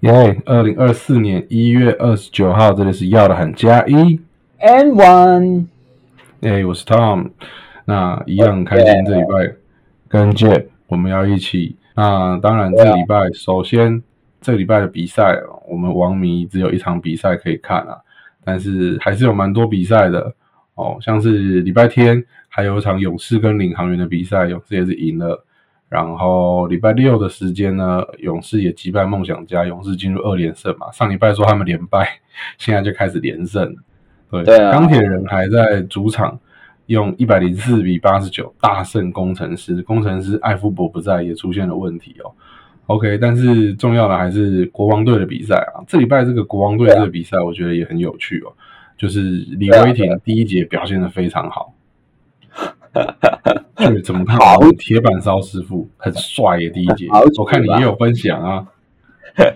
耶！二零二四年一月二十九号，这里是要的很加一。 And one，哎，我是 Tom。那一样很开心，这礼拜跟 J 我们要一起。那当然，这礼拜首先这礼拜的比赛，我们王迷只有一场比赛可以看啊，但是还是有蛮多比赛的哦，像是礼拜天还有一场勇士跟领航员的比赛，勇士也是赢了。然后礼拜六的时间呢，勇士也击败梦想家，勇士进入二连胜嘛。上礼拜说他们连败，现在就开始连胜了。对，对啊钢铁人还在主场用一百零四比八十九大胜工程师，工程师艾夫伯不在也出现了问题哦。OK，但是重要的还是国王队的比赛啊。这礼拜这个国王队这个比赛，我觉得也很有趣哦。就是李啊对啊威对霆第一节表现的非常好，对，怎么看？好铁板烧师傅很帅耶！第一节好久，我吧看你也有分享 啊，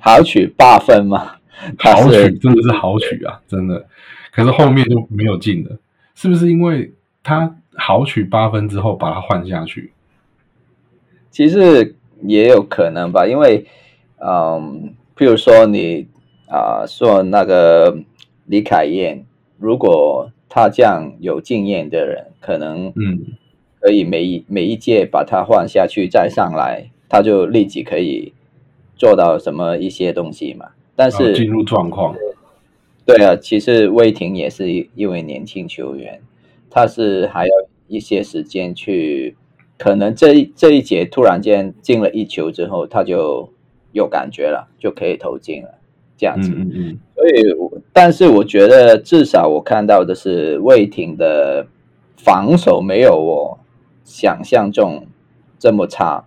还要取八分吗？嗯他好曲是真的是好曲啊，真的。可是后面就没有进了，是不是因为他好曲八分之后把他换下去？其实也有可能吧，因为嗯，譬如说你啊、说那个李凯燕，如果他这样有经验的人，可能嗯，可以每一每一届把他换下去再上来，他就立即可以做到什么一些东西嘛。但然后是啊进入状况，对啊，其实魏婷也是一一位年轻球员，他是还要一些时间去，可能这一这一节突然间进了一球之后，他就有感觉了，就可以投进了，这样嗯子。嗯嗯，所以我，但是我觉得至少我看到的是魏婷的防守没有我想象中这么差，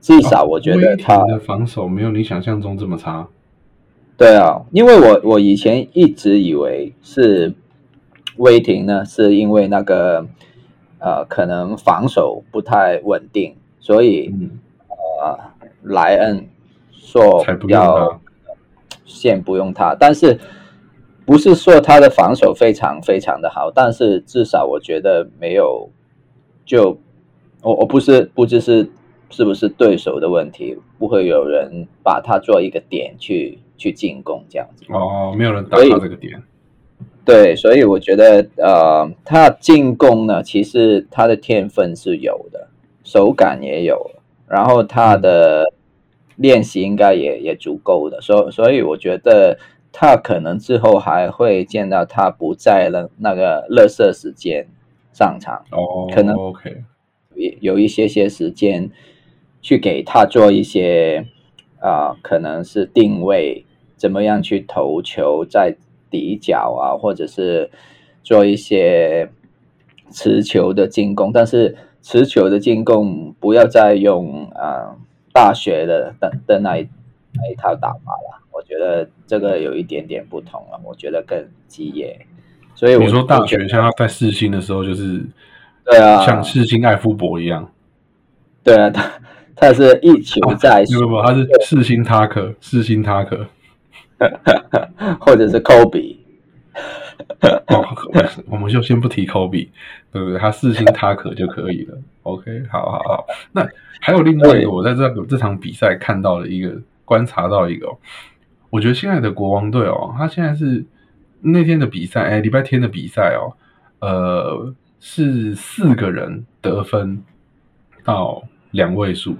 至少我觉威得霆他、的防守没有你想象中这么差。对啊，因为我我以前一直以为是威霆呢，是因为那个呃，可能防守不太稳定，所以嗯，呃，莱恩嗯说才不用要他先不用他，但是不是说他的防守非常非常的好，但是至少我觉得没有就我我不是不知是是不是对手的问题，不会有人把他做一个点去去进攻这样子。哦，没有人打所以到这个点。对，所以我觉得呃，他进攻呢，其实他的天分是有的，手感也有，然后他的练习应该也也足够的，所所以我觉得他可能之后还会见到他不在了那个热射时间上场，哦，可能 OK，有有一些些时间去给他做一些啊、呃可能是定位怎么样去投球在底角啊，或者是做一些持球的进攻，但是持球的进攻不要再用啊、呃大学的的的那一那一套打法了，我觉得这个有一点点不同了，我觉得更激烈。所以我你说大我觉学得像他在世新的时候，就是对啊像世新艾夫伯一样。对啊，他他是一球在手没有没有，他是世新塔克，世新塔克。或者是 Kobe， 哦，我们就先不提 Kobe，对不对？他四星他可就可以了。OK，好好好。那还有另外一对个，我在这个这场比赛看到了一个，观察到一个、哦，我觉得现在的国王队哦，他现在是那天的比赛，哎，礼拜天的比赛哦，呃，是四个人得分到两位数，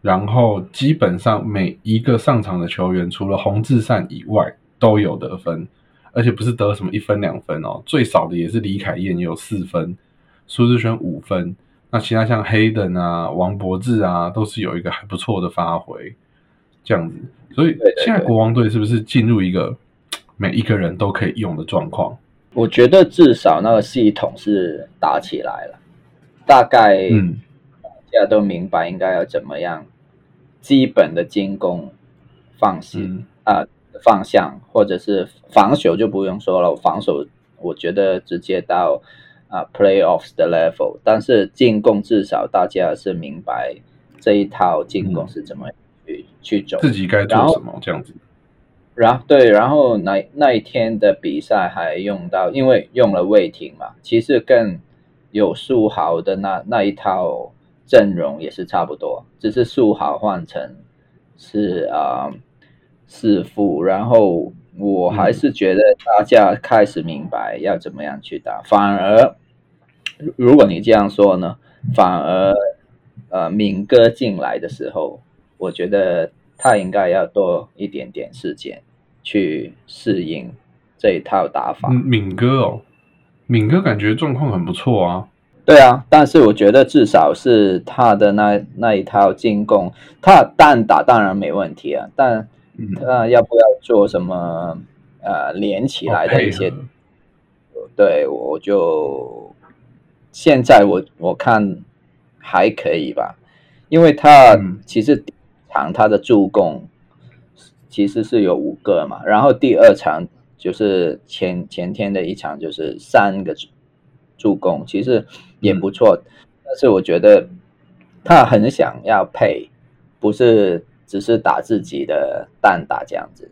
然后基本上每一个上场的球员，除了洪志善以外，都有得分，而且不是得什么一分两分哦，最少的也是李凯燕也有四分，苏志轩五分，那其他像黑人啊、王柏志啊，都是有一个还不错的发挥，这样子。所以对对对现在国王队是不是进入一个每一个人都可以用的状况？我觉得至少那个系统是打起来了，大概嗯，大家都明白应该要怎么样，基本的进攻放心嗯啊、方向，或者是防守就不用说了，防守我觉得直接到啊、playoffs 的 level，但是进攻至少大家是明白这一套进嗯攻是怎么去、去走的自己该做然后什么这样子。然后对，然后那那一天的比赛还用到，因为用了魏婷嘛，其实跟有苏豪的那那一套阵容也是差不多，只是苏豪换成是啊、呃是负，然后我还是觉得大家开始明白要怎么样去打，反而如如果你这样说呢，反而呃敏哥进来的时候，我觉得他应该要多一点点时间去适应这一套打法。嗯敏哥哦，敏哥感觉状况很不错啊。对啊，但是我觉得至少是他的那那一套进攻，他单打当然没问题啊，但嗯，他要不要做什么呃连起来的一些哦配合对，我就现在我我看还可以吧，因为他嗯其实第一场他的助攻其实是有五个嘛，然后第二场就是前前天的一场就是三个助助攻，其实也不错，但是我觉得他很想要配，不是只是打自己的单打这样子。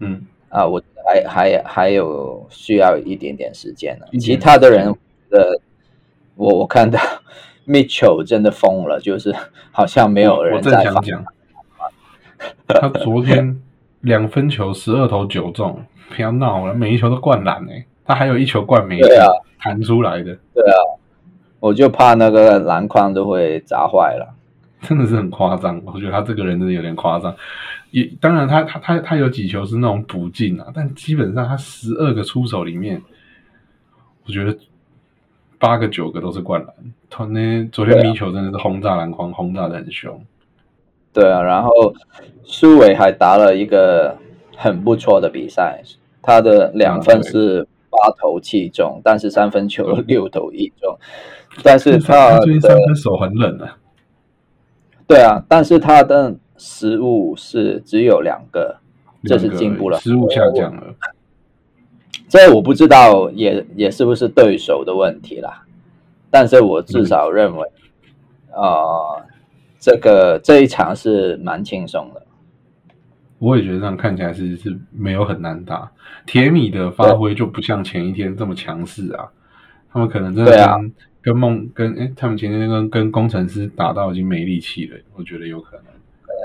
嗯，啊，我还还还有需要一点点时间呢一。点其他的人的，我我看到 Mitchell 真的疯了，就是 好像没有我我人正在想防讲，他昨天两分球十二投九中，不要闹了，每一球都灌篮哎、他还有一球灌没进对啊弹出来的，我就怕那个篮筐都会砸坏了。真的是很夸张。我觉得他这个人真的有点夸张。也当然他，他他他有几球是那种补进啊，但基本上他十二个出手里面，我觉得八个九个都是灌篮。他呢，昨天对啊米球真的是轰炸篮筐，轰炸的很凶。对啊，然后苏伟还打了一个很不错的比赛，他的啊两分是八投七中，但是三分球六投一中，但是他他最近三的分手很冷啊。对啊，但是他的失误是只有两个，这是进步了失误下降了。这我不知道也也是不是对手的问题啦，但是我至少认为，呃，这个这一场是蛮轻松的。我也觉得这样看起来是是没有很难打。铁米的发挥就不像前一天这么强势啊，他们可能真的对跟、啊跟梦跟哎、他们前天跟跟工程师打到已经没力气了，我觉得有可能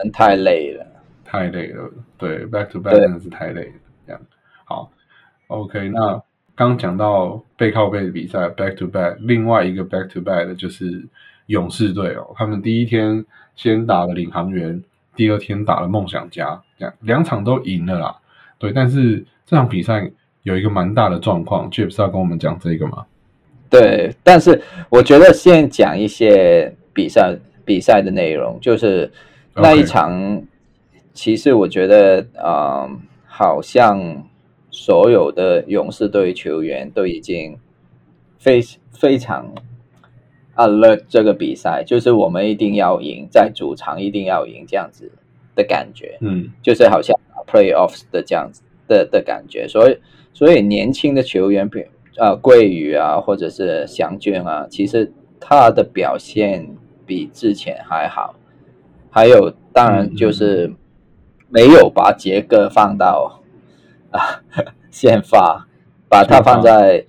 人太累了，太累了。对，back to back 对真的是太累了。这样好，OK，那刚讲到背靠背的比赛，back to back，另外一个 back to back 的就是勇士队哦，他们第一天先打了领航员，第二天打了梦想家，这样两场都赢了啦。对，但是这场比赛有一个蛮大的状况，James 要跟我们讲这个吗？对。但是我觉得先讲一些比赛比赛的内容，就是那一 OK 场，其实我觉得，呃，好像所有的勇士队球员都已经非非常 alert 这个比赛，就是我们一定要赢，在主场一定要赢这样子的感觉，嗯，就是好像 playoffs 的这样子的的感觉。所以，所以年轻的球员，比呃桂宇啊，或者是祥俊啊，其实他的表现比之前还好。还有，当然嗯就是没有把杰哥放到啊先发，把他先发放在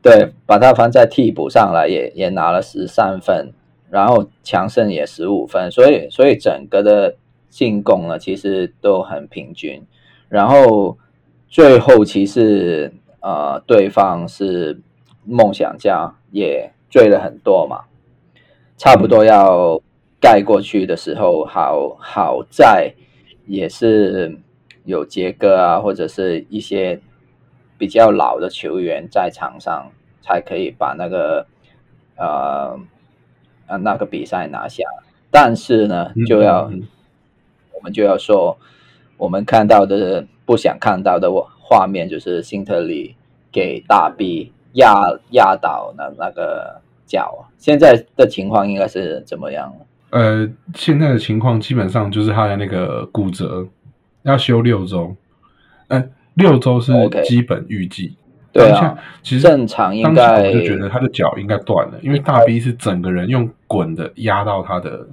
对，把他放在替补上来也，也拿了十三分，然后强盛也十五分，所以所以整个的进攻呢，其实都很平均。然后最后其实呃，对方是梦想家也追了很多嘛，差不多要盖过去的时候，好好在也是有杰哥啊，或者是一些比较老的球员在场上，才可以把那个呃呃那个比赛拿下。但是呢嗯，就要、嗯嗯嗯我们就要说，我们看到的呃不想看到的画面，就是辛特利给大 B 压压倒的那个脚。啊现在的情况应该是怎么样？呃，现在的情况基本上就是他的那个骨折要休六周，呃，六周是哦 OK 基本预计。对当下啊，，其实正常应当该下我就觉得他的脚应该断了，因为大 B 是整个人用滚的压到他的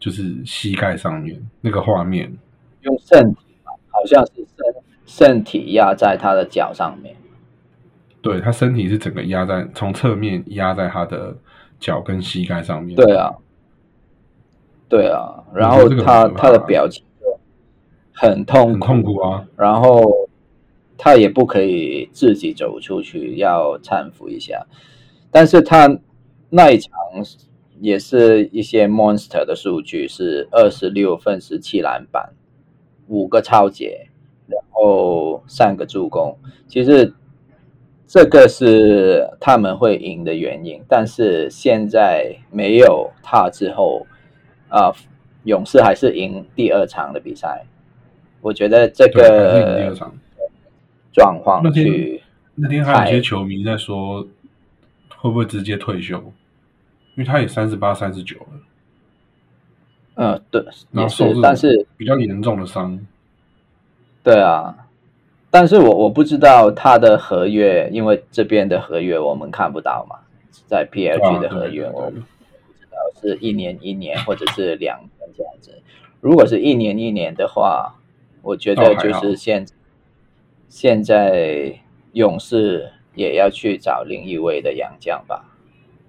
就是膝盖上面那个画面。用身体吧，好像是身身体压在他的脚上面。对他身体是整个压在从侧面压在他的脚跟膝盖上面。对啊，对啊，然我后觉得这个他很可怕他的表情就很痛很苦，痛苦啊。然后他也不可以自己走出去，要搀扶一下。但是他那一场也是一些 monster 的数据是二十六分、十七篮板、五个超截，然后三个助攻。其实这个是他们会赢的原因，但是现在没有他之后，啊、勇士还是赢第二场的比赛。我觉得这对，还是赢第二个场。状况那天去，那天还有一些球迷在说，会不会直接退休？因为他也三十八、三十九了，嗯，对，然也后受这是，种但是比较严重的伤，对啊，但是我我不知道他的合约，因为这边的合约我们看不到嘛，在对 PLG 啊，对的合对约我对，是一年一年或者是两年这样子。如果是一年一年的话，我觉得倒还就好是现现在勇士也要去找另一位的洋将吧，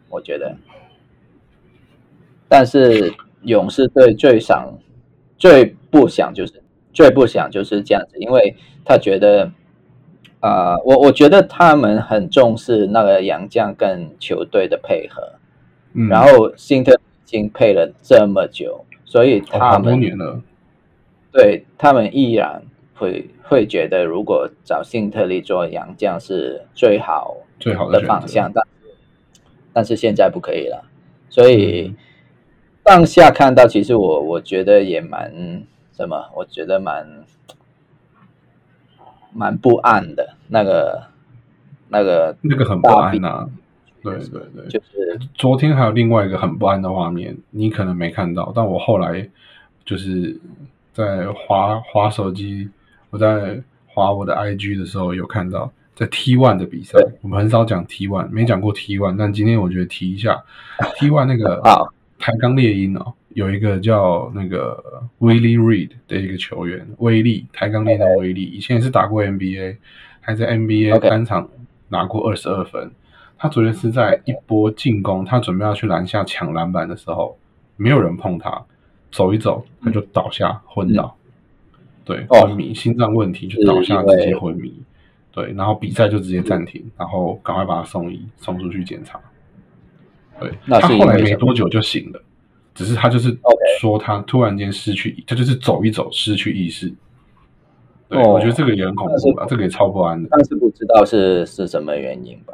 我觉得。但是勇士队最想、最不想就是最不想就是这样子，因为他觉得，啊，我我觉得他们很重视那个洋将跟球队的配合，嗯，然后辛特已经配了这么久，所以哦他好多们、年了，对他们依然会会觉得，如果找辛特利做洋将是最好最好的选方择向，，但但是现在不可以了，所以嗯当下看到，其实我我觉得也蛮什么，我觉得蛮蛮不安的那个那个那个很不安呐、对对对，就是昨天还有另外一个很不安的画面，你可能没看到，但我后来就是在滑滑手机，我在滑我的 IG 的时候有看到，在 T one 的比赛，我们很少讲 T one，没讲过 T one，但今天我觉得提一下 T one 那个好台钢猎鹰哦，有一个叫那个 Willie Reed 的一个球员，威力台钢猎鹰的威力，以前也是打过 NBA，还在 NBA OK 单场拿过二十二分。他昨天是在一波进攻，他准备要去篮下抢篮板的时候，没有人碰他，走一走他就倒下昏倒，对，哦昏迷，心脏问题就倒下是因为直接昏迷，对，然后比赛就直接暂停，然后赶快把他送医送出去检查。对，那他是因后来为没什么多久就醒了，只是他就是 OK 说他突然间失去，他就是走一走失去意识。对，哦我觉得这个也很恐怖啊，这个也超不安的。但是不知道是是什么原因吧。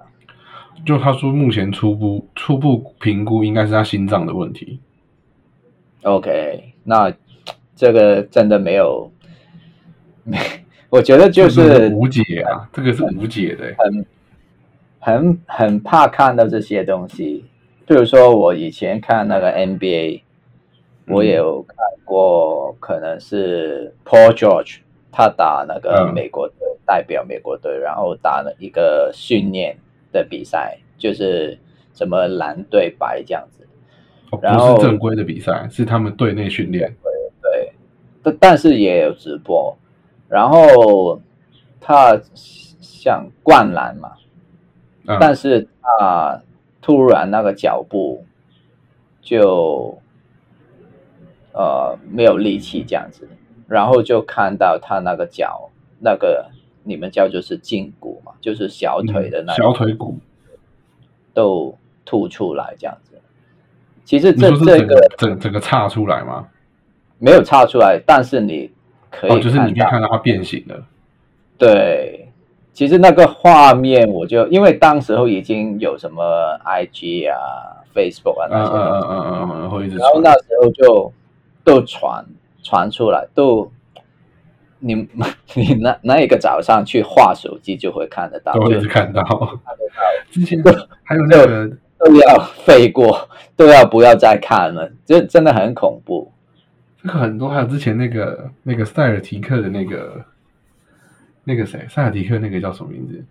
就他说目前初步初步评估应该是他心脏的问题， OK，那这个真的没有，没， 我觉得就这个是无解啊，这个是无解的欸、很很怕看到这些东西。比如说，我以前看那个 NBA，嗯我也有看过，可能是 Paul George 他打那个嗯美国队，代表美国队，然后打了一个训练的比赛，就是什么蓝对白这样子。哦然后不是正规的比赛，是他们队内训练。对，但但是也有直播，然后他想灌篮嘛，嗯，但是他突然那个脚步就呃没有力气这样子，然后就看到他那个脚那个你们叫就是胫骨嘛，就是小腿的那嗯个小腿骨，都凸出来这样子。其实你这说是这整个整整个岔出来吗？没有插出来，但是你可以哦，就是你可以看到看到它变形了。对，其实那个画面我就因为当时候已经有什么 IG 啊、Facebook 啊嗯那嗯些东嗯西，嗯嗯嗯，会一直然后传那时候就都传传出来，都你 你那那一个早上去划手机就会看得到，都会一就直看到。之前还有那个都要飞过，都要不要再看了，这真的很恐怖。这个很多，还有之前那个那个塞尔提克的那个那个谁，塞尔提克那个叫什么名字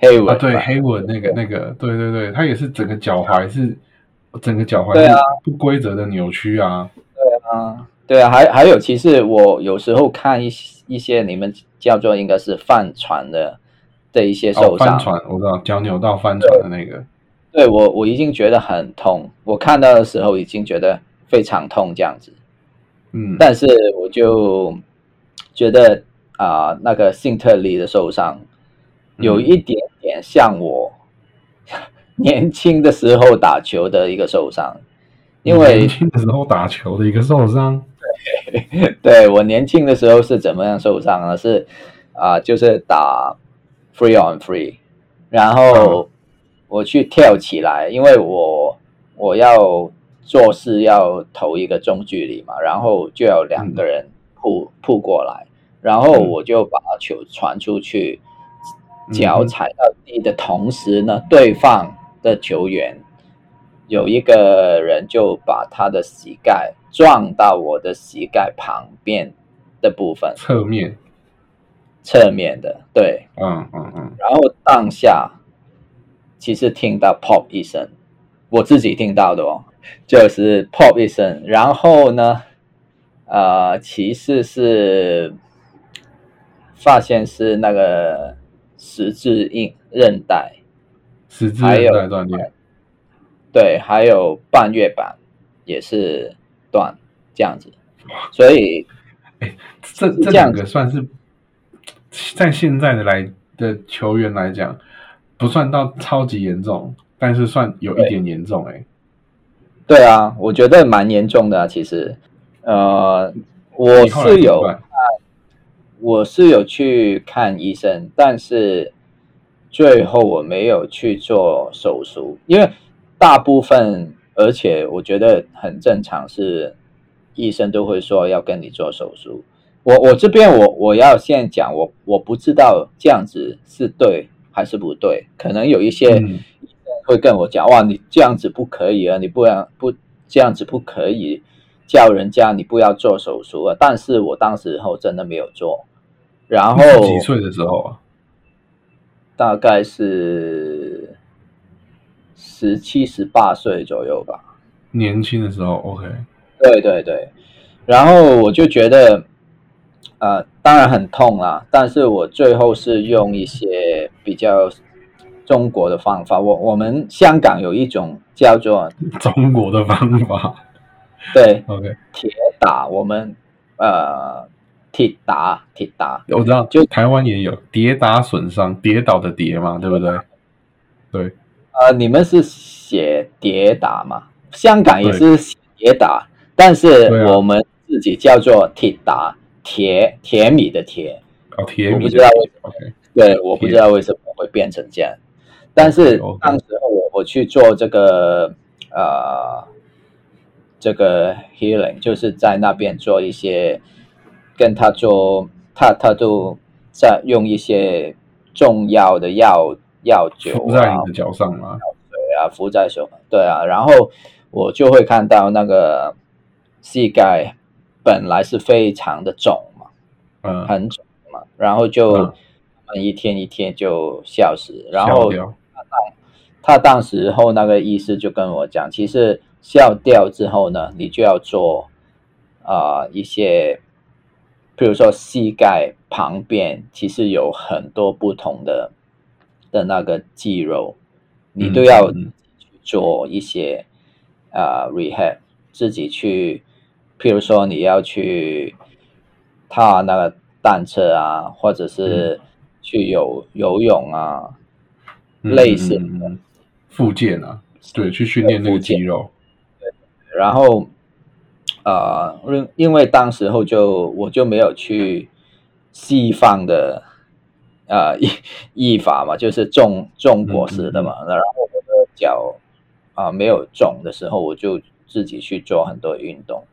Hayward，Hayward 啊？对，吧黑文那个那个，对对对，他也是整个脚踝是整个脚踝对是啊不规则的扭曲啊。啊，对啊，还还有，其实我有时候看一些一些你们叫做应该是帆船的的一些哦，受伤，翻船，我知道脚扭到翻船的那个，对我我已经觉得很痛，我看到的时候已经觉得非常痛这样子，嗯，但是我就觉得啊、那个辛特利的受伤嗯有一点点 像我年轻的时候打球的一个受伤，因为年轻的时候打球的一个受伤， 对我年轻的时候是怎么样受伤呢？是啊、就是打 free on free，然后我去跳起来，因为我我要做事要投一个中距离嘛，然后就有两个人扑扑过来，然后嗯我就把球传出去，嗯脚哼踩到地的同时呢，对方的球员有一个人就把他的膝盖撞到我的膝盖旁边的部分，侧面，侧面的，对。嗯嗯嗯，然后当下其实听到 pop 一声，我自己听到的哦，就是 pop 一声。然后呢，呃，其实是发现是那个十字硬韧带，十字还韧有带断裂，对，还有半月板也是断这样子，所以这是这这两样个算是在现在的来的球员来讲，不算到超级严重，但是算有一对点严重、欸，哎，对啊，我觉得蛮严重的啊、其实，呃，我是有。我是有去看医生，但是最后我没有去做手术，因为大部分，而且我觉得很正常，是医生都会说要跟你做手术。我我这边我我要先讲，我我不知道这样子是对还是不对，可能有一些嗯医生会跟我讲，哇，你这样子不可以啊，你不然不这样子不可以，叫人家你不要做手术啊。但是我当时候真的没有做，然后几岁的时候啊？大概是十七十八岁左右吧。年轻的时候，OK， 对对对，然后我就觉得，呃，当然很痛啦，但是我最后是用一些比较中国的方法。我我们香港有一种叫做中国的方法对，OK，铁打，我们呃铁打铁打，我知道，就台湾也有跌打损伤，跌倒的跌嘛，对不对？对，呃，你们是写跌打嘛？香港也对是写跌打，但是对啊我们自己叫做铁打，铁铁米的铁。哦，铁我米的不知道为铁，OK，对，我不铁知道为什么会变成这样，但是 OK，OK 当时候我我去做这个呃这个 healing，就是在那边做一些跟他做他他都在用一些重要的药药酒敷在啊你的脚上嘛，对啊，浮在手，对啊，然后我就会看到那个膝盖本来是非常的肿嘛，嗯，很肿嘛，然后就、嗯一天一天就消失，然消后掉他当时候那个医师就跟我讲，其实笑掉之后呢，你就要做啊、呃一些，比如说膝盖旁边其实有很多不同的的那个肌肉，你都要嗯嗯做一些啊、呃 rehab，自己去，譬如说你要去踏那个单车啊，或者是去游游泳啊，嗯类似嗯嗯嗯附件啊，对，去训练那个肌肉，然后呃，因因为当时候就我就没有去西方的呃译译法嘛，就是中中国式的嗯嘛，那然后我的脚啊、没有肿的时候，我就自己去做很多运动，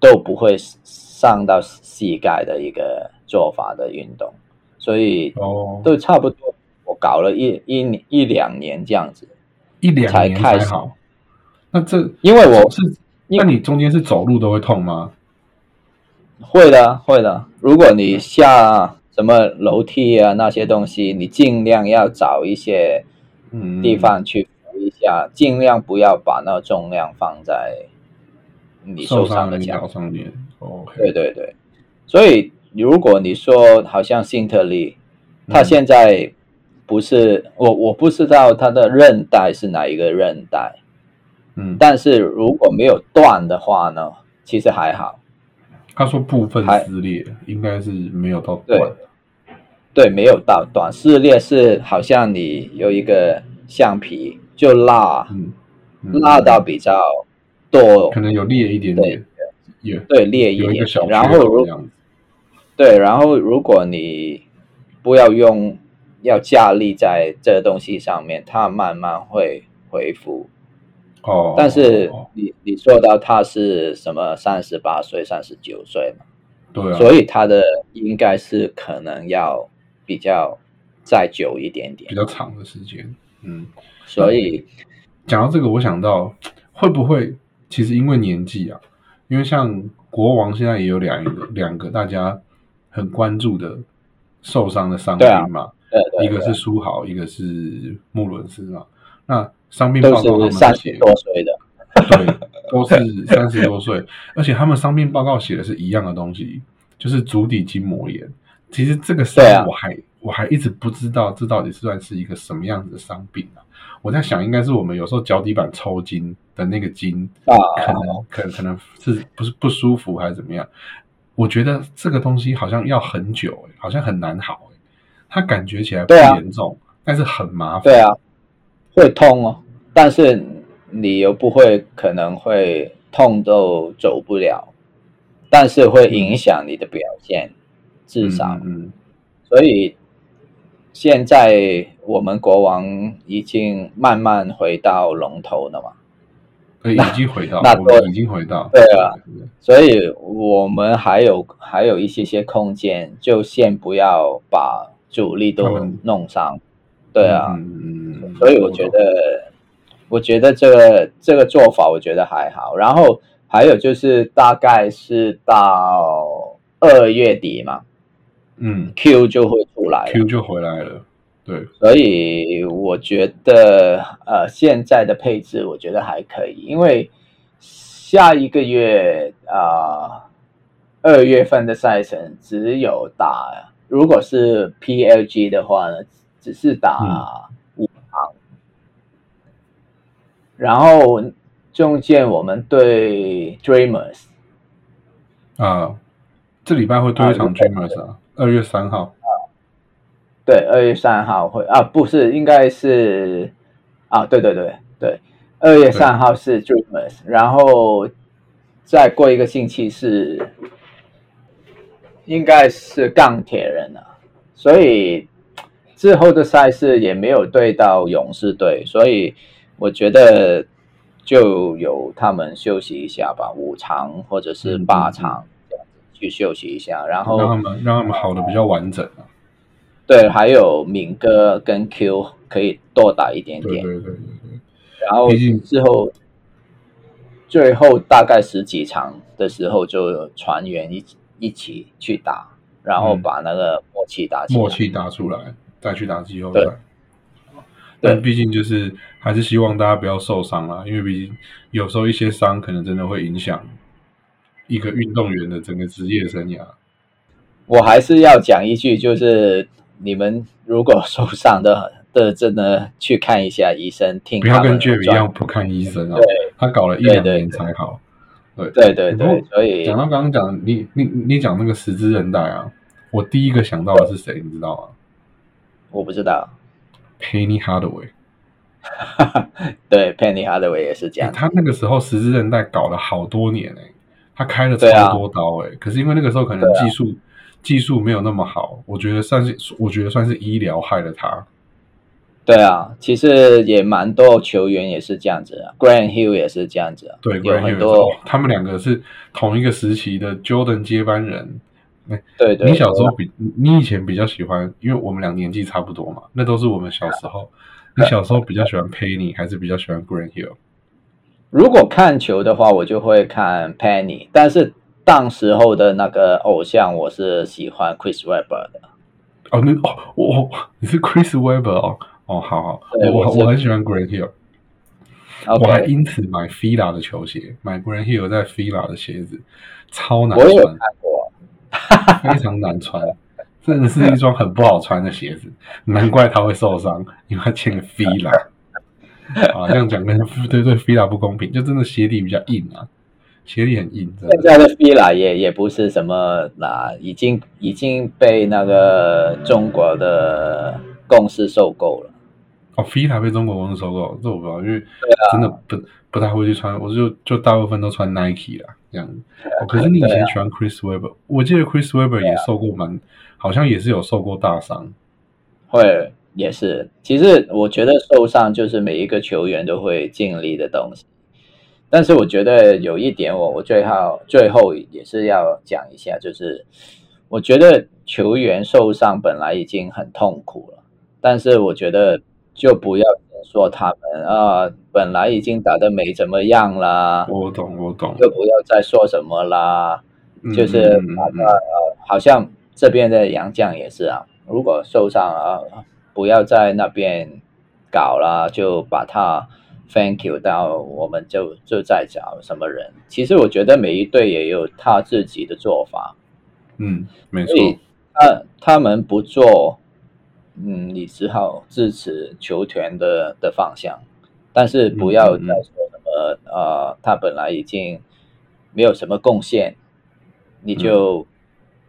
都不会伤到膝盖的一个做法的运动，所以哦，都差不多我搞了一一一两年这样子，一两才年开才始好。那这因为我是，那你中间是走路都会痛吗？会的，会的。如果你下什么楼梯啊那些东西，你尽量要找一些嗯，地方去扶一下，尽量不要把那个重量放在你受受伤的的脚脚。上面，OK，对对对，所以如果你说好像辛特利，他嗯现在不是、我我不知道他的韧带是哪一个韧带，嗯，但是如果没有断的话呢，其实还好。他说部分还撕裂，应该是没有到对断。对，没有到短撕裂是好像你有一个橡皮就蜡，嗯，嗯蜡到比较多，可能有裂一点点，有对裂一有一点个小，缺然后口如这样子。对，然后如果你不要用，要加力在这东西上面，它慢慢会恢复。哦，但是哦你你说到它是什么三十八岁、三十九岁嘛，对啊，所以它的应该是可能要比较再久一点点比。较长的时间。嗯，所以讲到这个，我想到会不会其实因为年纪啊，因为像国王现在也有两个两个大家很关注的受伤的伤对啊兵嘛，对对啊一个是苏豪，一个是穆伦斯嘛。那伤病报告他都们是三写十多岁的，对，都是三十多岁，而且他们伤病报告写的是一样的东西，就是足底筋膜炎。其实这个伤对啊我还、我还一直不知道这到底算是一个什么样子的伤病啊！我在想，应该是我们有时候脚底板抽筋的那个筋啊可能可可能是不是不舒服还是怎么样？我觉得这个东西好像要很久、欸，好像很难好、欸，它感觉起来不对啊严重，但是很麻烦。对啊，会痛哦，但是你又不会可能会痛都走不了，但是会影响你的表现，至少，嗯，嗯所以现在我们国王已经慢慢回到龙头了嘛，嗯对，已经回到，那我们对已经回到，对啊对，对对所以我们还有还有一些些空间，就先不要把主力他都们弄伤，对啊，嗯嗯嗯，所以我觉得，我觉得这个这个做法我觉得还好。然后还有就是，大概是到二月底嘛嗯，Q 就会出来了。 ，Q 就回来了，对，所以我觉得，呃，现在的配置我觉得还可以，因为下一个月啊，二、月份的赛程只有打，如果是 PLG 的话呢，只是打五场，然后中间我们对 Dreamers 啊，这礼拜会多一场 Dreamers 啊，二月三号，对，二月三号会啊，不是，应该是啊，对对对对，二月三号是 Dreamers，然后再过一个星期是应该是钢铁人了、所以之后的赛事也没有对到勇士队，所以我觉得就由他们休息一下吧，五场或者是八场这样子去休息一下，嗯然后让他们让他们好的比较完整啊，对，还有敏哥跟 Q 可以多打一点对点，对对对对，然后毕竟之后最后大概十几场的时候，就船员一起一起去打，然后嗯把那个默契打起来。默契打出来，再去打季后对赛。但对毕竟就是还是希望大家不要受伤啦，因为毕竟有时候一些伤可能真的会影响一个运动员的整个职业生涯。我还是要讲一句，就是你们如果受伤的 的，真的去看一下医生，听不要他跟们的 Jeff 一专样不看医生啊对，他搞了一对两对年对才好。对对对不过对，所以讲到刚刚讲你你你讲那个十字韧带啊，我第一个想到的是谁，你知道吗我不知道， ？Penny Hardaway，、对 Penny Hardaway 也是这欸样，他那个时候十字韧带搞了好多年啊哎、他开了超对啊多刀哎、可是因为那个时候可能技术、技术没有那么好，我觉得算是我觉得算是医疗害了他。对啊，其实也蛮多球员也是这样子啊，Grant Hill 也是这样子啊，对，有 Grant 很 Hill 多也是哦他们两个是同一个时期的 Jordan 接班人。对对。你小时对候比你你以前比较喜欢，因为我们俩年纪差不多嘛，那都是我们小时候。你小时候比较喜欢 Penny 还是比较喜欢 Grant Hill？如果看球的话，我就会看 Penny，但是当时候的那个偶像，我是喜欢 Chris Webber 的。哦，那哦，我、哦、你是 Chris Webber 哦，哦，好好，对我我我是我很喜欢 Grant Hill，、我还 OK，因此买 Fila 的球鞋，买 Grant Hill 在 Fila 的鞋子，超难我也有穿看，过，非常难穿，真的是一双很不好穿的鞋子，难怪他会受伤，因为他欠个 Fila。啊，这样讲跟对对 Fila 不公平，就真的鞋底比较硬啊。鞋底很硬，真现的。在的 fila 也也不是什么啦，已经已经被那个中国的公司收购了。哦，fila 被中国公司收购，这我不知道，因为啊真的不不太会去穿，我就就大部分都穿 Nike 啦，这样子。哦，可是你以啊前喜欢 Chris Webber，我记得 Chris Webber 也受过蛮，好像也是有受过大伤。会也是，其实我觉得受伤就是每一个球员都会经历的东西。但是我觉得有一点我，我最后最后也是要讲一下，就是我觉得球员受伤本来已经很痛苦了，但是我觉得就不要说他们啊，本来已经打得没怎么样啦，我懂，我懂，就不要再说什么啦。嗯就是嗯嗯把嗯它呃，好像这边的杨绛也是啊，如果受伤了啊，不要在那边搞了，就把它 thank you 到我们就就再找什么人。其实我觉得每一队也有他自己的做法，嗯，没错所，以他他们不做，嗯，你只好支持球团的的方向，但是不要再说什么、呃，他本来已经没有什么贡献，你就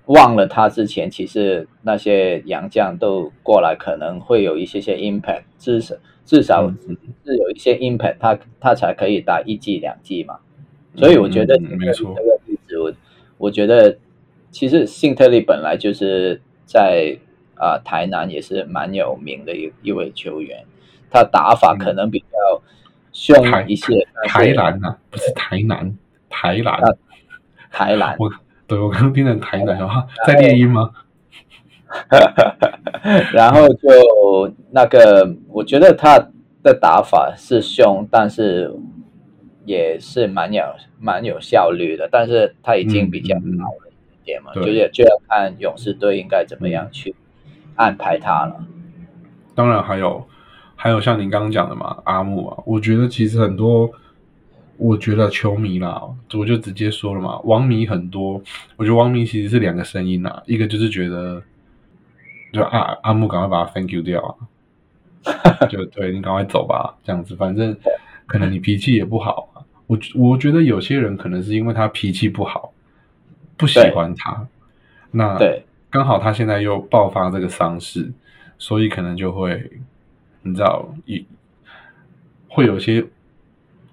忘了他之前其实那些洋将都过来，可能会有一些些 impact，至少至少嗯嗯是有一些 impact，他他才可以打一季两季嘛。所以我觉得嗯嗯嗯这个没错这个例子，我我觉得其实辛特利本来就是在啊、呃台南也是蛮有名的一一位球员，他打法可能比较凶嗯台一些，但台是南呐、不是台南，台南。啊台南我对我刚刚听成台南，然后啊在猎鹰吗？ 然后就那个，我觉得他的打法是凶，但是也是蛮有蛮有效率的，但是他已经比较嗯嗯嗯老了一点嘛，对嗯就是就要看勇士队应该怎么样去安排他了。当然还有还有像您刚刚讲的嘛，阿木啊，我觉得其实很多，我觉得球迷啦，我就直接说了嘛，网迷很多，我觉得网迷其实是两个声音啦，一个就是觉得就啊阿阿木赶快把他 thank you 掉啊， 就对你赶快走吧，这样子，反正可能你脾气也不好啊，我我觉得有些人可能是因为他脾气不好，不喜欢他，那对，刚好他现在又爆发这个伤势，所以可能就会，你知道，一会有些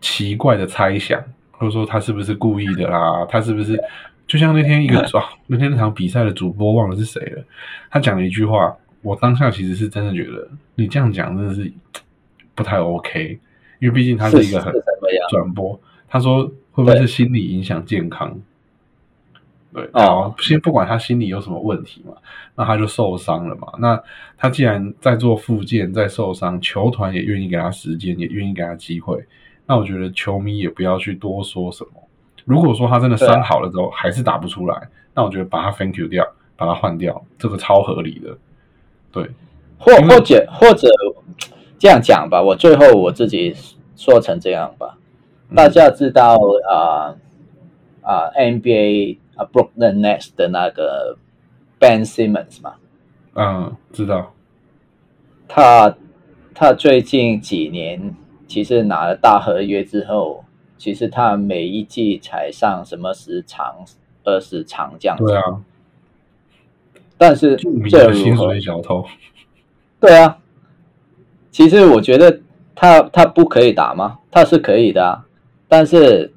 奇怪的猜想，或者说他是不是故意的啦？他是不是就像那 天一个啊，那天那场比赛的主播忘了是谁了，他讲了一句话，我当下其实是真的觉得你这样讲真的是不太 OK，因为毕竟他是一个很是什么样？转播，他说会不会是心理影响健康？对，哦好，先不管他心理有什么问题嘛，那他就受伤了嘛。那他既然在做复健，在受伤，球团也愿意给他时间，也愿意给他机会，那我觉得球迷也不要去多说什么。如果说他真的对啊伤好了之后、还是打不出来，那我觉得把他 thank you 掉，把他换掉，这个超合理的。对，或因为或者或者这样讲吧，我最后我自己说成这样嗯吧。大家知道啊啊、NBA 啊 Brooklyn Nets 的那个 Ben Simmons 嘛，嗯，知道，他他最近几年其实拿了大合约之后，其实他每一季才上什么十场、二十场这样子。对啊，但是著名这的如薪何水小偷，对啊，其实我觉得他他不可以打吗？他是可以的、啊，但是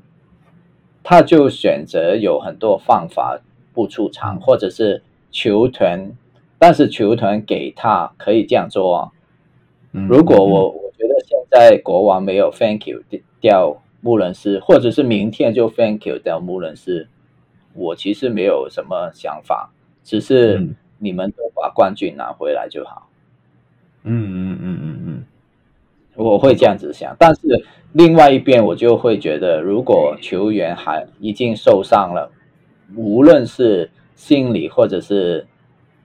他就选择有很多方法不出场，或者是球团，但是球团给他可以这样做啊。嗯如果我我觉得现在国王没有 thank you 掉穆伦斯，或者是明天就 thank you 掉穆伦斯，我其实没有什么想法，只是嗯你们都把冠军拿回来就好。嗯嗯嗯嗯嗯嗯。我会这样子想，但是另外一边我就会觉得，如果球员还已经受伤了，无论是心理或者是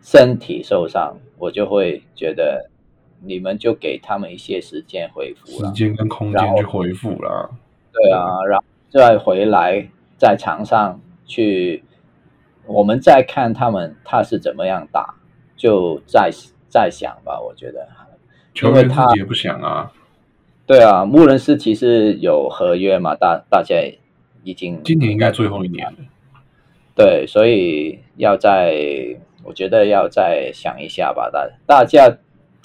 身体受伤，我就会觉得你们就给他们一些时间恢复时了，间跟空间去回复啦。对啊，然后再回来在场上去，我们再看他们他是怎么样打，就再再想吧，我觉得。球员自己也不想啊，对啊，穆伦斯其实有合约嘛，大大家已经今年应该最后一年了。对，所以要在，我觉得要再想一下吧。大大家，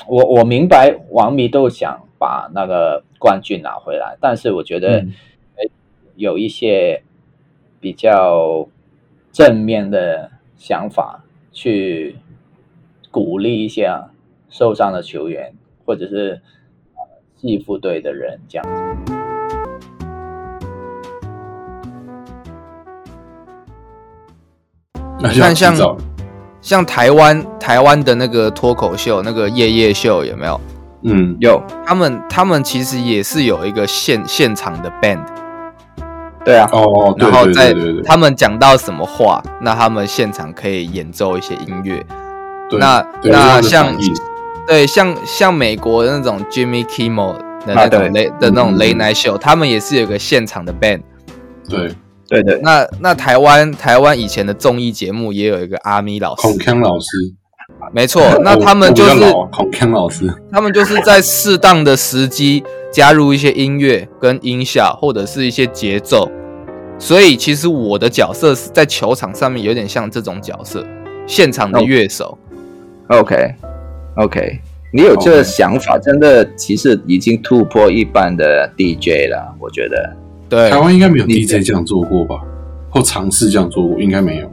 我我明白，王迷都想把那个冠军拿回来，但是我觉得嗯呃有一些比较正面的想法，去鼓励一下受伤的球员，或者是呃系副队的人这样。 那你看要像提早像台湾台湾的那个脱口秀，那个夜夜秀有没有？嗯，有，他们他们其实也是有一个现现场的 band，对啊，哦，对然后对在对对对他们讲到什么话，那他们现场可以演奏一些音乐。对，那对那他们的像反应对，像像美国的那种 Jimmy Kimmel 的那啊种对 late、的那种嗯 late night show，他们也是有个现场的 band。对对对，那那台湾台湾以前的综艺节目也有一个阿咪老师孔，锵老师，没错。哦那他 们我就我比较是老啊孔锵老师，他们就是在适当的时机加入一些音乐跟音效，或者是一些节奏。所以其实我的角色是在球场上面有点像这种角色，现场的乐手。 OK，OK，、你有这个想法，真的其实已经突破一般的 DJ 了，我觉得。对台，湾应该没有你 DJ 这样做过吧？或尝试这样做过，应该没有。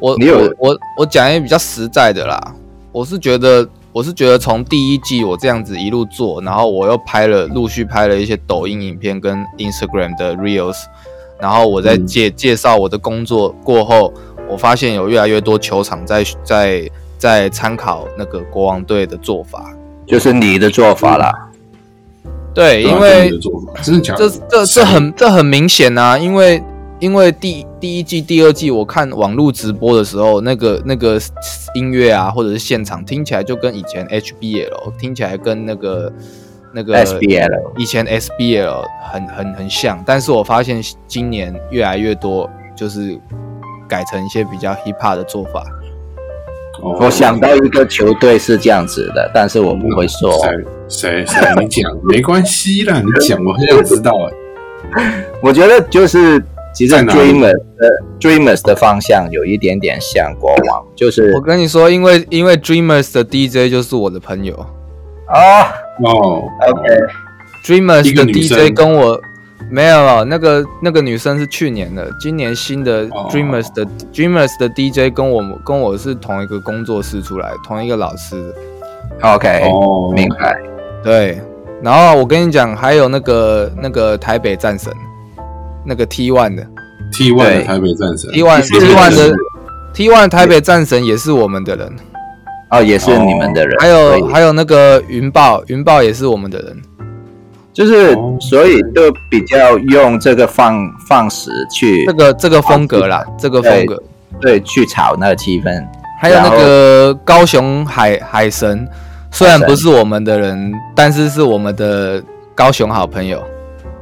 我你有我我我讲一个比较实在的啦，我是觉得我是觉得从第一季我这样子一路做，然后我又拍了陆续拍了一些抖音影片跟 Instagram 的 reels，然后我在嗯介、介绍我的工作过后，我发现有越来越多球场在在在参考那个国王队的做法，就是你的做法啦，对，对啊因这为你的做法真的假这的？这这很这很明显呐、因为因为第第一季、第二季，我看网络直播的时候，那个那个音乐啊，或者是现场听起来就跟以前 HBL 听起来跟那个那个 SBL 以前 SBL 很很很像，但是我发现今年越来越多就是改成一些比较 hip hop 的做法。哦我想到一个球队是这样子的，但是我不会说，嗯谁谁谁，你讲没关系啦，你讲我很想知道哎、我觉得就是其实在哪里 Dreamers 的 Dreamers 的方向有一点点像国王，就是我跟你说，因为因为 Dreamers 的 DJ 就是我的朋友。啊 哦 OK Dreamers 一个的女生 DJ 跟我没有了，那个那个女生是去年的，今年新的哦 Dreamers 的、Dreamers 的 DJ 跟我跟我是同一个工作室出来，同一个老师的 OK，、哦，明白。对，然后我跟你讲，还有那个那个台北战神，那个 T One 的 T One 对的台北战神 T One 是 T One 是的 T One 台北战神也是我们的人，哦，也是你们的人，还所以有还有那个云豹，云豹也是我们的人。就是哦所以就比较用这个放放矢去这个这个风格啦，这个风格，对去炒那个气氛，还有那然后个高雄海海神，虽然海神不是我们的人，但是是我们的高雄好朋友。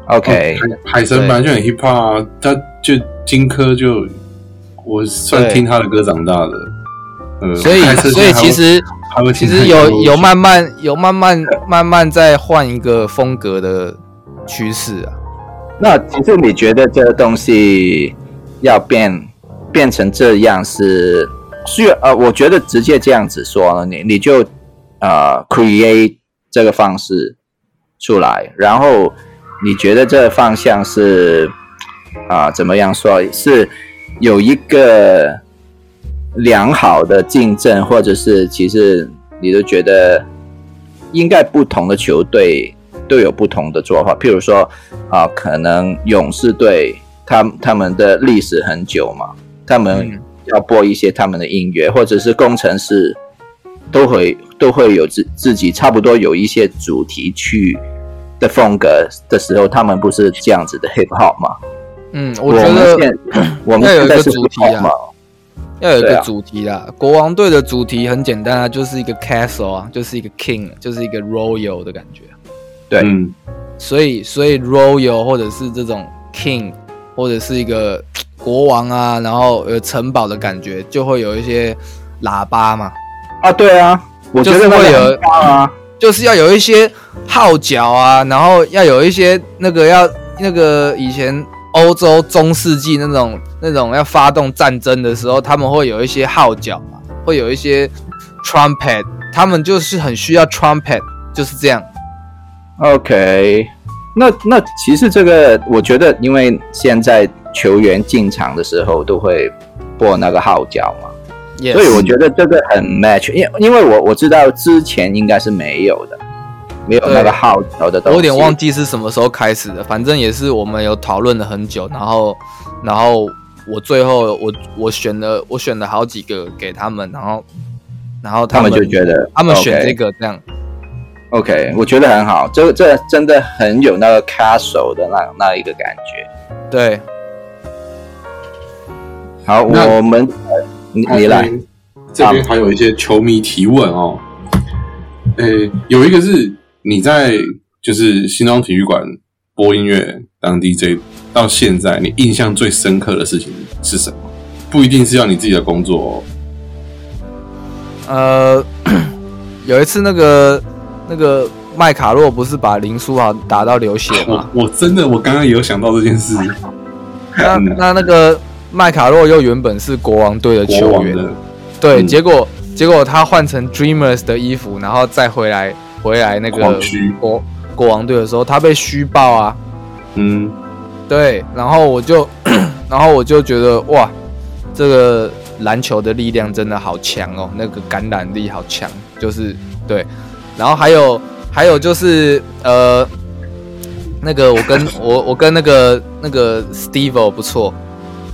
OK，哦海海神本来就很 hip hop 啊，他就荆轲就我算对听他的歌长大的，呃，所以开车所以前还会其实还会其听实他的歌有有慢慢有慢慢慢慢在换一个风格的趋势啊。那其实你觉得这个东西要变变成这样是需要呃，我觉得直接这样子说呢，你你就呃 create 这个方式出来，然后你觉得这个方向是啊、怎么样说是有一个良好的竞争，或者是其实你都觉得应该不同的球队都有不同的做法，譬如说啊、可能勇士队他他们的历史很久嘛，他们嗯要播一些他们的音乐，或者是工程师都会都会有自自己差不多有一些主题曲的风格的时候，他们不是这样子的 hip hop 吗？嗯，我我觉们得现 我们要有现一在个是主题 hip hop 啊嘛，要有一对个啊主题啦。国王队的主题很简单啊，就是一个 castle 啊，就是一个 king，就是一个 royal 的感觉。对嗯所以所以 royal 或者是这种 king 或者是一个国王啊，然后有城堡的感觉，就会有一些喇叭嘛，啊，对啊，我觉就得是那会个有很棒啊，就是要有一些号角啊，然后要有一些那个要那个以前欧洲中世纪那种那种要发动战争的时候，他们会有一些号角嘛，会有一些 trumpet，他们就是很需要 trumpet，就是这样。 OK，那那其实这个我觉得，因为现在球员进场的时候都会播那个号角嘛， Yes, 所以我觉得这个很 match，因因为我我知道之前应该是没有的，没有那对个号角的东我西。有点忘记是什么时候开始的，反正也是我们有讨论了很久，然后，然后我最后我我选了我选了好几个给他们，然后，然后他们们就觉得他们选 OK 这个这样， OK，我觉得很好，这这真的很有那个 castle 的那那一个感觉。对，好，那我们你你来，。这边还有一些球迷提问哦，呃，有一个是你在就是新庄体育馆播音乐当 DJ 到现在，你印象最深刻的事情是什么？不一定是要你自己的工作哦。呃， 有一次那个那个麦卡洛不是把林书豪打到流血 吗？我我真的我刚刚也有想到这件事， 嗯那干了那那个麦卡洛又原本是国王队的国球王员，的对，嗯结果结果他换成 Dreamers 的衣服，然后再回来回来那个狂嘘国国王队的时候，他被虚报啊，嗯，对，然后我就 然后我就觉得哇，这个篮球的力量真的好强哦，那个感染力好强，就是对，然后还有还有就是呃，那个 我跟我我跟那个那个 Steve 哦不错，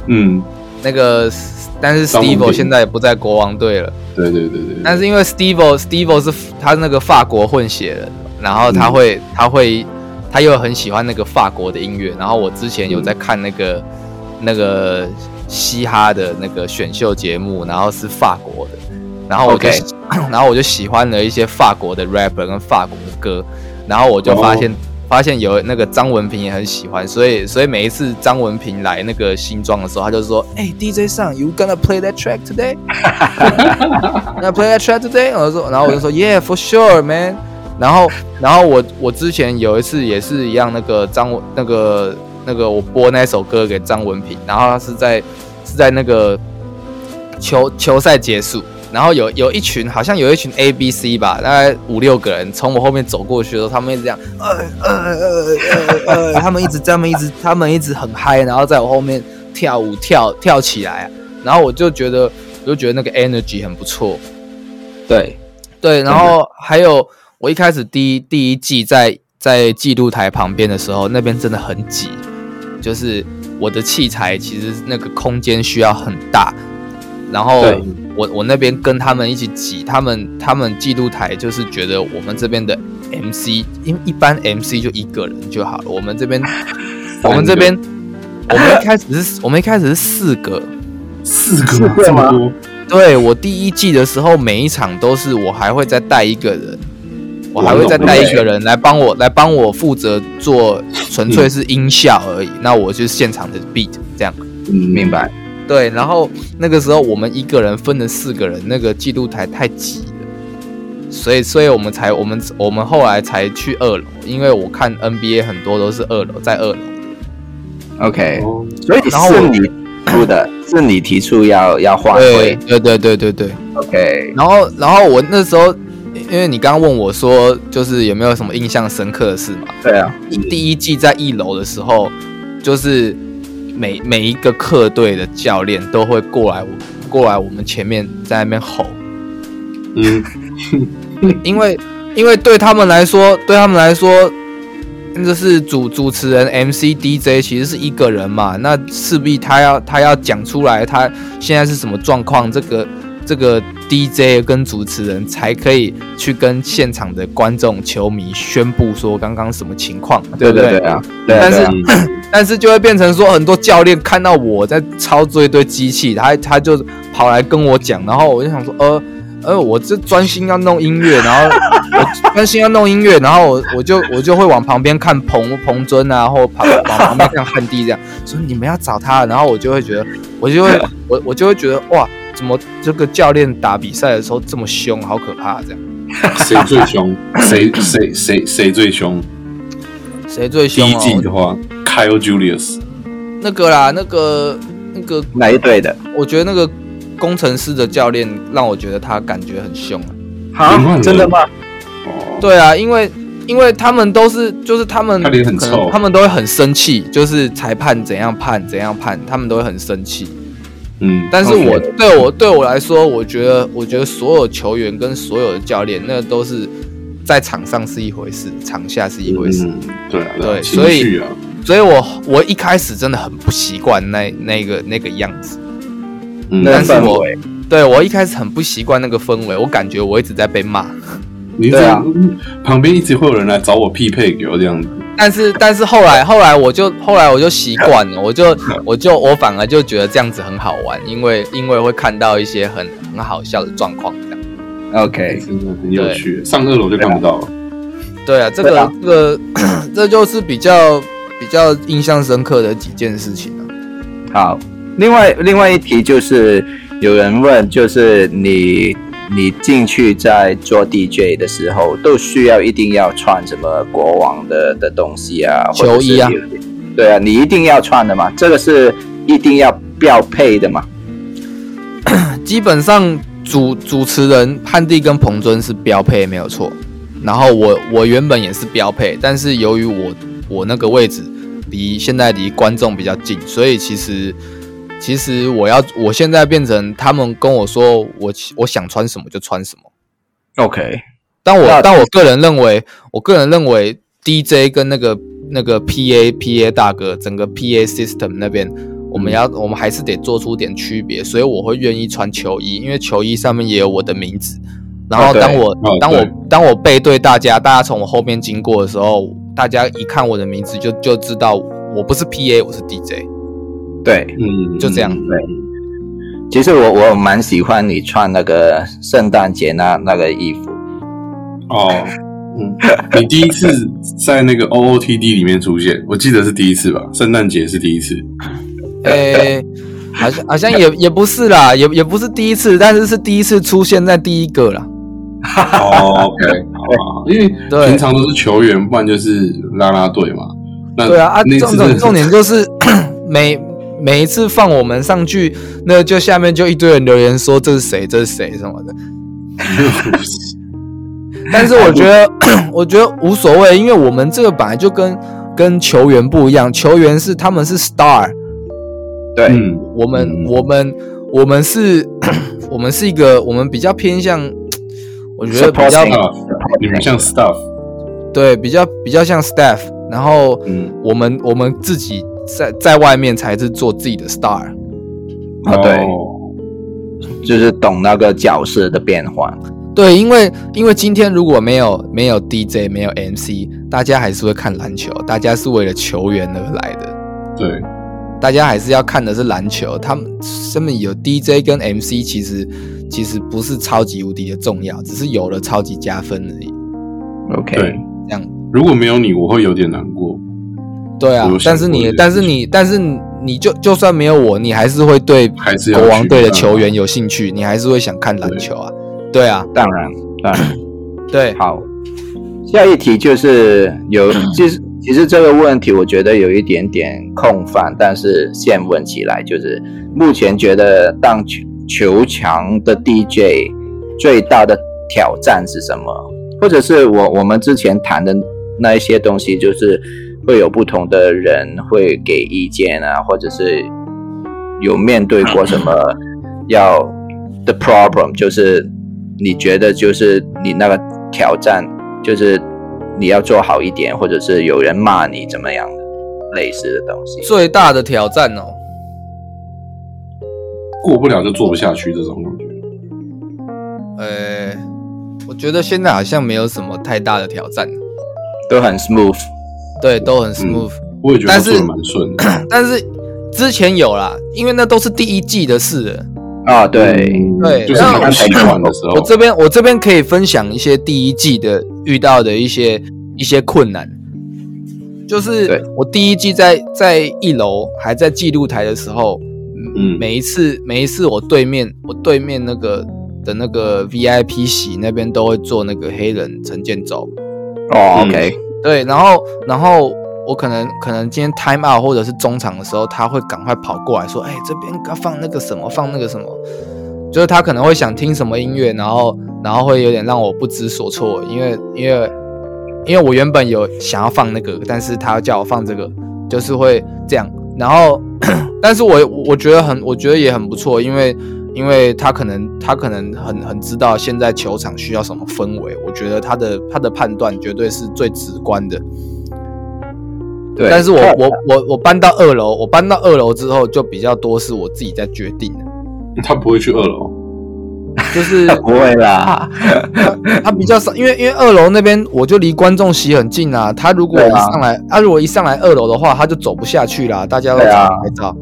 嗯，那个但是张文 Steve 哦斌现在也不在国王队了。对对对对，但是因为 Steve Steve 是他那个法国混血的，然后他会、他会他又很喜欢那个法国的音乐，然后我之前有在看那个、那个嘻哈的那个选秀节目，然后是法国的，然后我就 OK 喜 然后我就喜欢了一些法国的 rapper 跟法国的歌，然后我就发现、发现有那个张文平也很喜欢，所以所以每一次张文平来那个新庄的时候，他就说：“哎、d j 上，you gonna play that track today？” 那 play that track today，我就说，然后我就说 yeah for sure man，然后然后我我之前有一次也是一样，那个张文那个那个我播那首歌给张文平，然后他是在是在那个球球赛结束，然后有有一群好像有一群 A B C 吧，大概五六个人从我后面走过去的时候，他们一直这样，呃呃呃呃 呃，他们一直他们一直他们一直很嗨，然后在我后面跳舞跳跳起来、啊，然后我就觉得我就觉得那个 energy 很不错，对，对，然后还有我一开始第一第一季在在记录台旁边的时候，那边真的很挤，就是我的器材其实那个空间需要很大，然后对我我那边跟他们一起挤，他们他们记录台就是觉得我们这边的 MC，因为一般 MC 就一个人就好了，我们这边我们这边我们一开始是我们一开始是四个，四个四个这么吗多，对我第一季的时候，每一场都是我还会再带一个人，我还会再带一个人来帮我来帮我负责做，纯粹是音效而已。那我就是现场的 beat 这样。嗯，明白。对，然后那个时候我们一个人分了四个人，那个记录台太挤了，所以所以我们才我们我们后来才去二楼，因为我看 NBA 很多都是二楼在二楼。哎 OK，哦所以然后是我你提出 的，是你提出要要换对位。对对对对对。 OK，然后，然后我那时候，因为你刚刚问我说，就是有没有什么印象深刻的事嘛？对啊，第一季在一楼的时候，就是每每一个客队的教练都会过来我过来我们前面在那边吼，嗯，因为因为对他们来说，对他们来说，就是主主持人 MC DJ 其实是一个人嘛，那势必他要他要讲出来他现在是什么状况，这个这个 DJ 跟主持人才可以去跟现场的观众球迷宣布说刚刚什么情况，对不对啊，对啊但是对啊但是就会变成说，很多教练看到我在操作一堆机器，他他就跑来跟我讲，然后我就想说，呃呃，我这专心要弄音乐，然后我专心要弄音乐，然后我我就我就会往旁边看彭彭尊啊，或旁往旁边看汉帝这样，说你们要找他，然后我就会觉得，我就会我我就会觉得哇，怎么这个教练打比赛的时候这么凶，好可怕这样，谁最凶？谁谁谁谁最凶？谁第最凶、一哦？季的话，Kyle Julius，那个啦，那个那个，哪一队的？我觉得那个工程师的教练让我觉得他感觉很凶啊。林冠好，伦真的吗？哦，对啊，因为因为他们都是就是他们他脸很可能臭他们都会很生气，就是裁判怎样判怎样判，他们都会很生气。嗯，但是我 OK 对我对我来说，我觉得我觉得所有球员跟所有的教练，那都是在场上是一回事，场下是一回事。嗯，对啊，啊对情所以绪啊，所以我我一开始真的很不习惯那那个那个样子，嗯，那但是氛我围对我一开始很不习惯那个氛围，我感觉我一直在被骂。你这对啊旁边一直会有人来找我匹配给我这样子，但是但是后来后来我就后来我就习惯 了，我就我就我反而就觉得这样子很好玩，因为因为会看到一些很很好笑的状况这样。 ，OK，真的很有趣。上二楼就看不到了，对啊，这个、对啊这个 这就是比较比较印象深刻的几件事情啊。好。另外另外一题就是有人问，就是你你进去在做 DJ 的时候，都需要一定要穿什么国王的的东西啊，或者是球衣啊有，对啊，你一定要穿的嘛，这个是一定要标配的嘛。基本上主主持人汉帝跟彭尊是标配没有错，然后我我原本也是标配，但是由于我我那个位置离现在离观众比较近，所以其实其实我要我现在变成他们跟我说我我想穿什么就穿什么， OK，但我那但我个人认为，我个人认为 DJ 跟那个那个 PA PA 大哥，整个 PA system 那边，我们嗯要我们还是得做出点区别，所以我会愿意穿球衣，因为球衣上面也有我的名字。然后哦对当我、哦当我对当我背对大家，大家从我后面经过的时候，大家一看我的名字就就知道我不是 PA，我是 DJ。对，嗯，就这样对，其实我我蛮喜欢你穿那个圣诞节那那个衣服，哦，嗯，你第一次在那个 OOTD 里面出现，我记得是第一次吧，圣诞节是第一次，诶、好像好像也也不是啦，也也不是第一次，但是是第一次出现在第一个啦。哦，OK，好 好好，因为对平常都是球员，不然就是啦啦队嘛。那对啊，啊，嗯那重次重真重的是点就是每每一次放我们上去，那就下面就一堆人留言说这是谁，这是谁什么的。但是我觉得， 我觉得无所谓，因为我们这个本来就跟跟球员不一样，球员是他们是 star，对， 嗯，我们、嗯我们我们是， 我们是一个我们比较偏向，我觉得比较 Supporting 啊你嗯们像 staff，对比较比较像 staff，然后嗯，我们我们自己在在外面才是做自己的 star。啊对，哦就是懂那个角色的变换，对，因为因为今天如果没有没有 DJ 没有 MC，大家还是会看篮球，大家是为了球员而来的，对，大家还是要看的是篮球。他们他们有 DJ 跟 MC，其实其实不是超级无敌的重要，只是有了超级加分而已。 OK，对这样如果没有你，我会有点难过。对啊我有，想但是过你这但是你但是你就就算没有我，你还是会对还是要国王去队的看啊球员有兴趣，你还是会想看篮球啊。对啊，当然当然对，好。下一题就是有，其实其实这个问题我觉得有一点点空泛，但是现问起来就是，目前觉得当球球场的 DJ 最大的挑战是什么？或者是我我们之前谈的那一些东西，就是会有不同的人会给意见啊，或者是有面对过什么要 the problem，就是你觉得就是你那个挑战，就是你要做好一点，或者是有人骂你怎么样的类似的东西。最大的挑战哦，过不了就做不下去这种感觉。呃，我觉得现在好像没有什么太大的挑战，都很 smooth。对，都很 smooth、我也觉得但是做的蛮顺的。但是之前有啦，因为那都是第一季的事了。啊，对，嗯 对就是然你后不习惯的时候我，这边我这边可以分享一些第一季的遇到的一些一些困难，就对是我第一季在在一楼还在记录台的时候，嗯每一次每一次我对面我对面那个的那个 VIP 席那边都会做那个黑人陈建州，哦，OK，对，然后然后我可能可能今天 time out 或者是中场的时候，他会赶快跑过来说：“哎、这边要放那个什么，放那个什么。”就是他可能会想听什么音乐，然后然后会有点让我不知所措，因为因为因为我原本有想要放那个，但是他叫我放这个，就是会这样。然后， 但是我我觉得很，我觉得也很不错，因为因为他可能他可能很很知道现在球场需要什么氛围，我觉得他的他的判断绝对是最直观的。对，但是我看我我我搬到二楼，我搬到二楼之后就比较多是我自己在决定的，他不会去二楼，就是 不会啦，他比较少，因为因为二楼那边我就离观众席很近啊。他如果对一啊上来，他、如果一上来二楼的话，他就走不下去啦，大家都对抢啊拍照。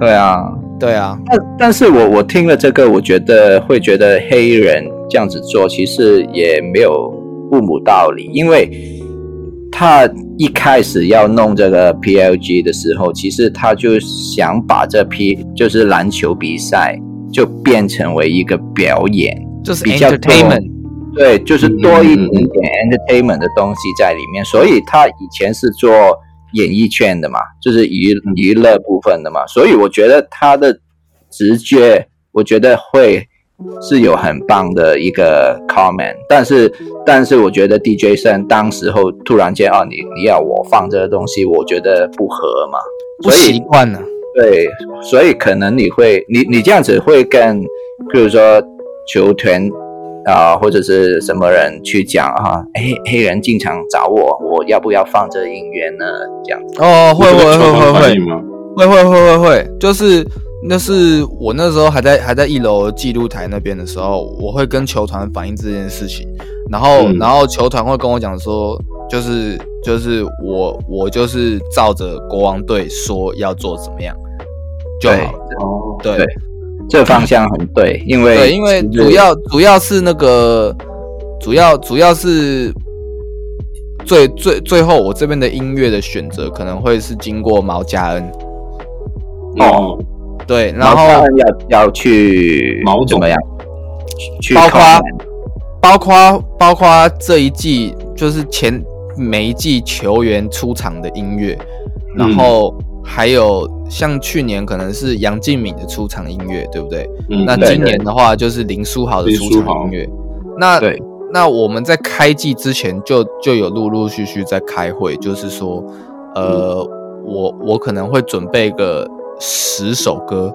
对啊。对啊，但但是我我听了这个，我觉得会觉得黑人这样子做其实也没有不无道理，因为他一开始要弄这个 PLG 的时候，其实他就想把这批就是篮球比赛就变成为一个表演，就是比较多 entertainment，对，就是多一点嗯嗯点 entertainment 的东西在里面，所以他以前是做演艺圈的嘛，就是娱娱乐部分的嘛，所以我觉得他的直觉，我觉得会是有很棒的一个 comment，但是但是我觉得 DJ 森当时候突然间啊，你你要我放这个东西，我觉得不合嘛，不所以习惯啊了。对，所以可能你会，你你这样子会跟，比如说球团啊、或者是什么人去讲啊，黑黑人经常找我，我要不要放这音乐呢？这样子，哦，会会球会场会反会应吗？会会会会会，就是那是我那时候还在还在一楼记录台那边的时候，我会跟球团反映这件事情，然后、嗯然后球团会跟我讲说，就是就是我我就是照着国王队说要做怎么样就好了。哦，对对这方向很对，因为对，因为其实主要主要是那个主要主要是最最最后我这边的音乐的选择可能会是经过毛家恩，哦，对，然毛后当要要去毛怎总么样？去包括 comment 包括包括这一季就是前每一季球员出场的音乐，嗯然后还有像去年可能是杨敬敏的出场音乐，对不对？嗯那对今年的话就是林书豪的出林书场豪音乐。那对那我们在开季之前就就有陆陆续续在开会，就是说，呃，嗯我我可能会准备个十首歌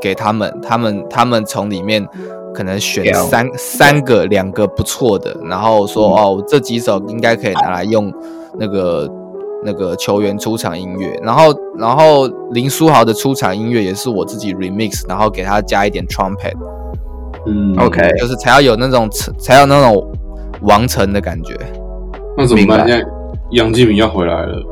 给他们，他们他们从里面可能选挑三三个两个不错的，然后说、嗯哦这几首应该可以拿来用那个那个球员出场音乐，然后然后林书豪的出场音乐也是我自己 remix，然后给他加一点 trumpet，嗯 OK 就是才要有那种才要那种王城的感觉。那怎么明白办？现在杨敬敏要回来了，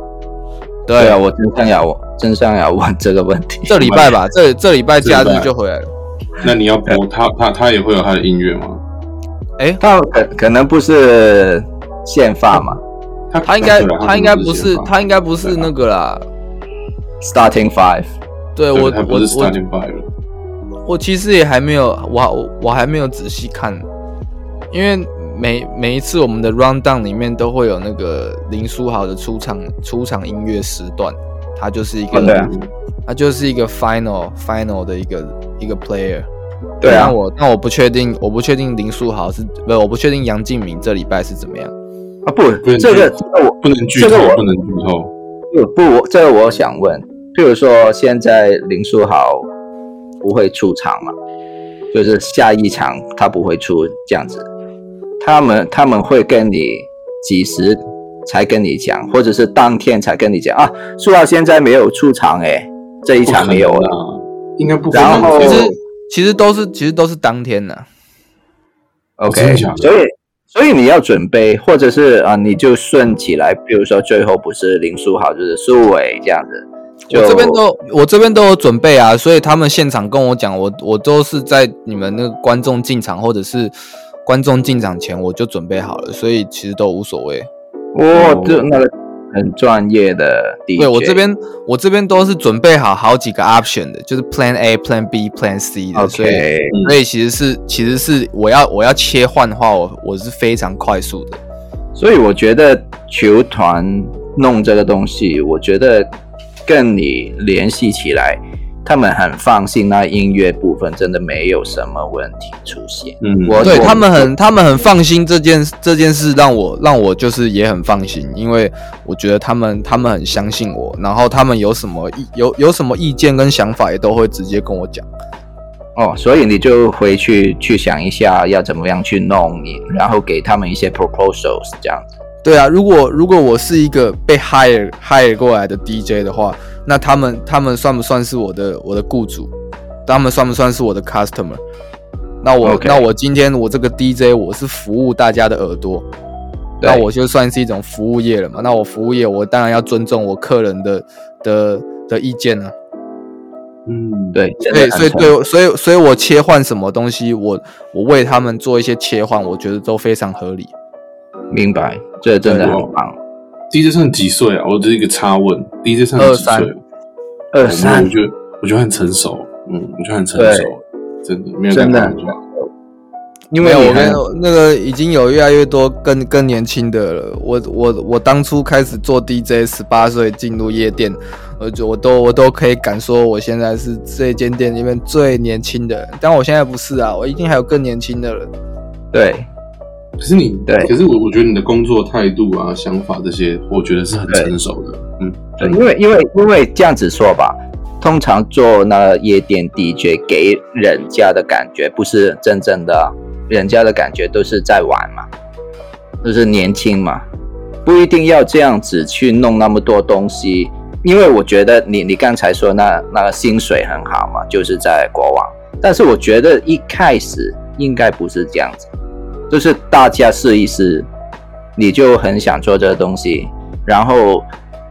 对啊，我真正要真正要问这个问题。这礼拜吧，这这礼拜假这礼日拜就回来了。 那你要播他他他也会有他的音乐吗？哎，他 可可能不是现发嘛他他应该对啊他应该不是先发他应该不是对啊那个啦。 ，starting five。对对我他不我是我 starting five 了。我其实也还没有，我我我还没有仔细看，因为每每一次我们的 round down 里面都会有那个林书豪的出场出场音乐时段，他就是一个、哦对啊他就是一个 final final 的一个一个 player。对啊但我但我不确定，我不确定林书豪是不，我不确定杨敬敏这礼拜是怎么样。啊不，能这个剧这个我不能剧这透个我，不能剧透。不不我这个我想问，譬如说现在林书豪不会出场嘛，就是下一场他不会出这样子，他们他们会跟你几时才跟你讲，或者是当天才跟你讲啊，书豪现在没有出场诶、这一不可场能啊没有啊了，啦，应该不可然后能。其其实实其实都是其实都是当天的、真 OK，的假的所以所以你要准备，或者是啊、你就顺起来，比如说最后不是林书豪就是苏伟这样子，就我这边都我这边都有准备啊，所以他们现场跟我讲，我我都是在你们那个观众进场或者是观众进场前我就准备好了，所以其实都无所谓。哇，这哦那个很专业的 DJ，对我这边我这边都是准备好好几个 option 的，就是 Plan A、Plan B、Plan C 的所以 OK，所以其实是其实是我要我要切换的话，我我是非常快速的。所以我觉得球团弄这个东西，我觉得跟你联系起来，他们很放心，那音乐部分真的没有什么问题出现。嗯，我对我他们很，他们很放心这件这件事，让我让我就是也很放心，因为我觉得他们他们很相信我，然后他们有什么意有有什么意见跟想法也都会直接跟我讲。哦，所以你就回去去想一下要怎么样去弄你，然后给他们一些 proposals 这样子。对啊，如果如果我是一个被 hire hire 过来的 DJ 的话，那他们他们算不算是我的我的雇主？他们算不算是我的 customer？那我 OK 那我今天我这个 DJ 我是服务大家的耳朵，对那我就算是一种服务业了嘛。那我服务业我当然要尊重我客人的的的意见啊。嗯，对，真的对，很所以成对我，所以所以我切换什么东西，我我为他们做一些切换，我觉得都非常合理。明白，这真的对很棒。 ，DJ 上几岁啊？我这是一个插问，DJ 上二几三岁？二我三觉得我觉得很成熟，嗯，我觉得很成熟，真的没有在真的开玩很笑成熟，因为没有你我跟很那个已经有越来越多更更年轻的了。我我我当初开始做 DJ，十八岁进入夜店，我就我都我都可以敢说我现在是这间店里面最年轻的人。但我现在不是啊，我一定还有更年轻的人。对可是你，对可是我我觉得你的工作态度啊、想法这些，我觉得是很成熟 的。嗯，对，因为因为因为这样子说吧，通常做那夜店 DJ 给人家的感觉不是真正的，人家的感觉都是在玩嘛，都是年轻嘛，不一定要这样子去弄那么多东西。因为我觉得你你刚才说那那个薪水很好嘛，就是在国网，但是我觉得一开始应该不是这样子，就是大家试一试，你就很想做这个东西，然后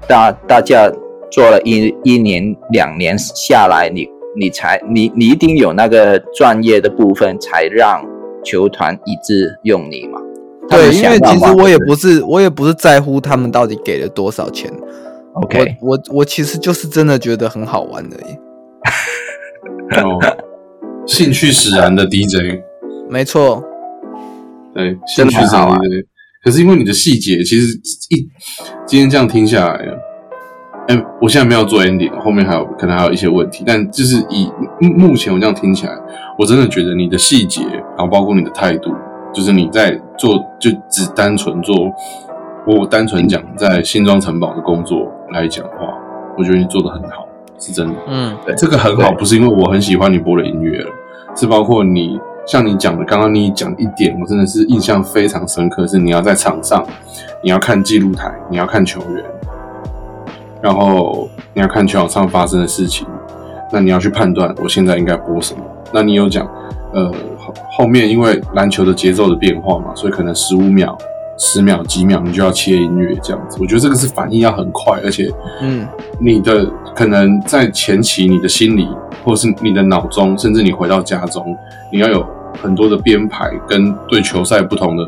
大大家做了一一年两年下来，你你才你你一定有那个专业的部分，才让球团一致用你嘛。他们对，因想为要其实嘛我也对不是我也不是在乎他们到底给了多少钱。 OK，我我我其实就是真的觉得很好玩而已。哦，兴趣使然的 DJ，没错，对，哎兴真的趣使很好然啊的 DJ。可是因为你的细节，其实一今天这样听下来，啊哎、我现在没有做 ending，后面还有可能还有一些问题，但就是以目目前我这样听起来，我真的觉得你的细节，然后包括你的态度，就是你在做就只单纯做，我单纯讲在新庄城堡的工作来讲的话，我觉得你做的很好，是真的。嗯，这个很好，对不是因为我很喜欢你播的音乐了，是包括你像你讲的，刚刚你讲一点，我真的是印象非常深刻，是你要在场上，你要看记录台，你要看球员，然后你要看球场上发生的事情，那你要去判断我现在应该播什么。那你有讲，呃，后后面因为篮球的节奏的变化嘛，所以可能十五秒、十秒、几秒你就要切音乐这样子。我觉得这个是反应要很快，而且，嗯，你的可能在前期你的心里，或是你的脑中，甚至你回到家中，你要有很多的编排跟对球赛不同的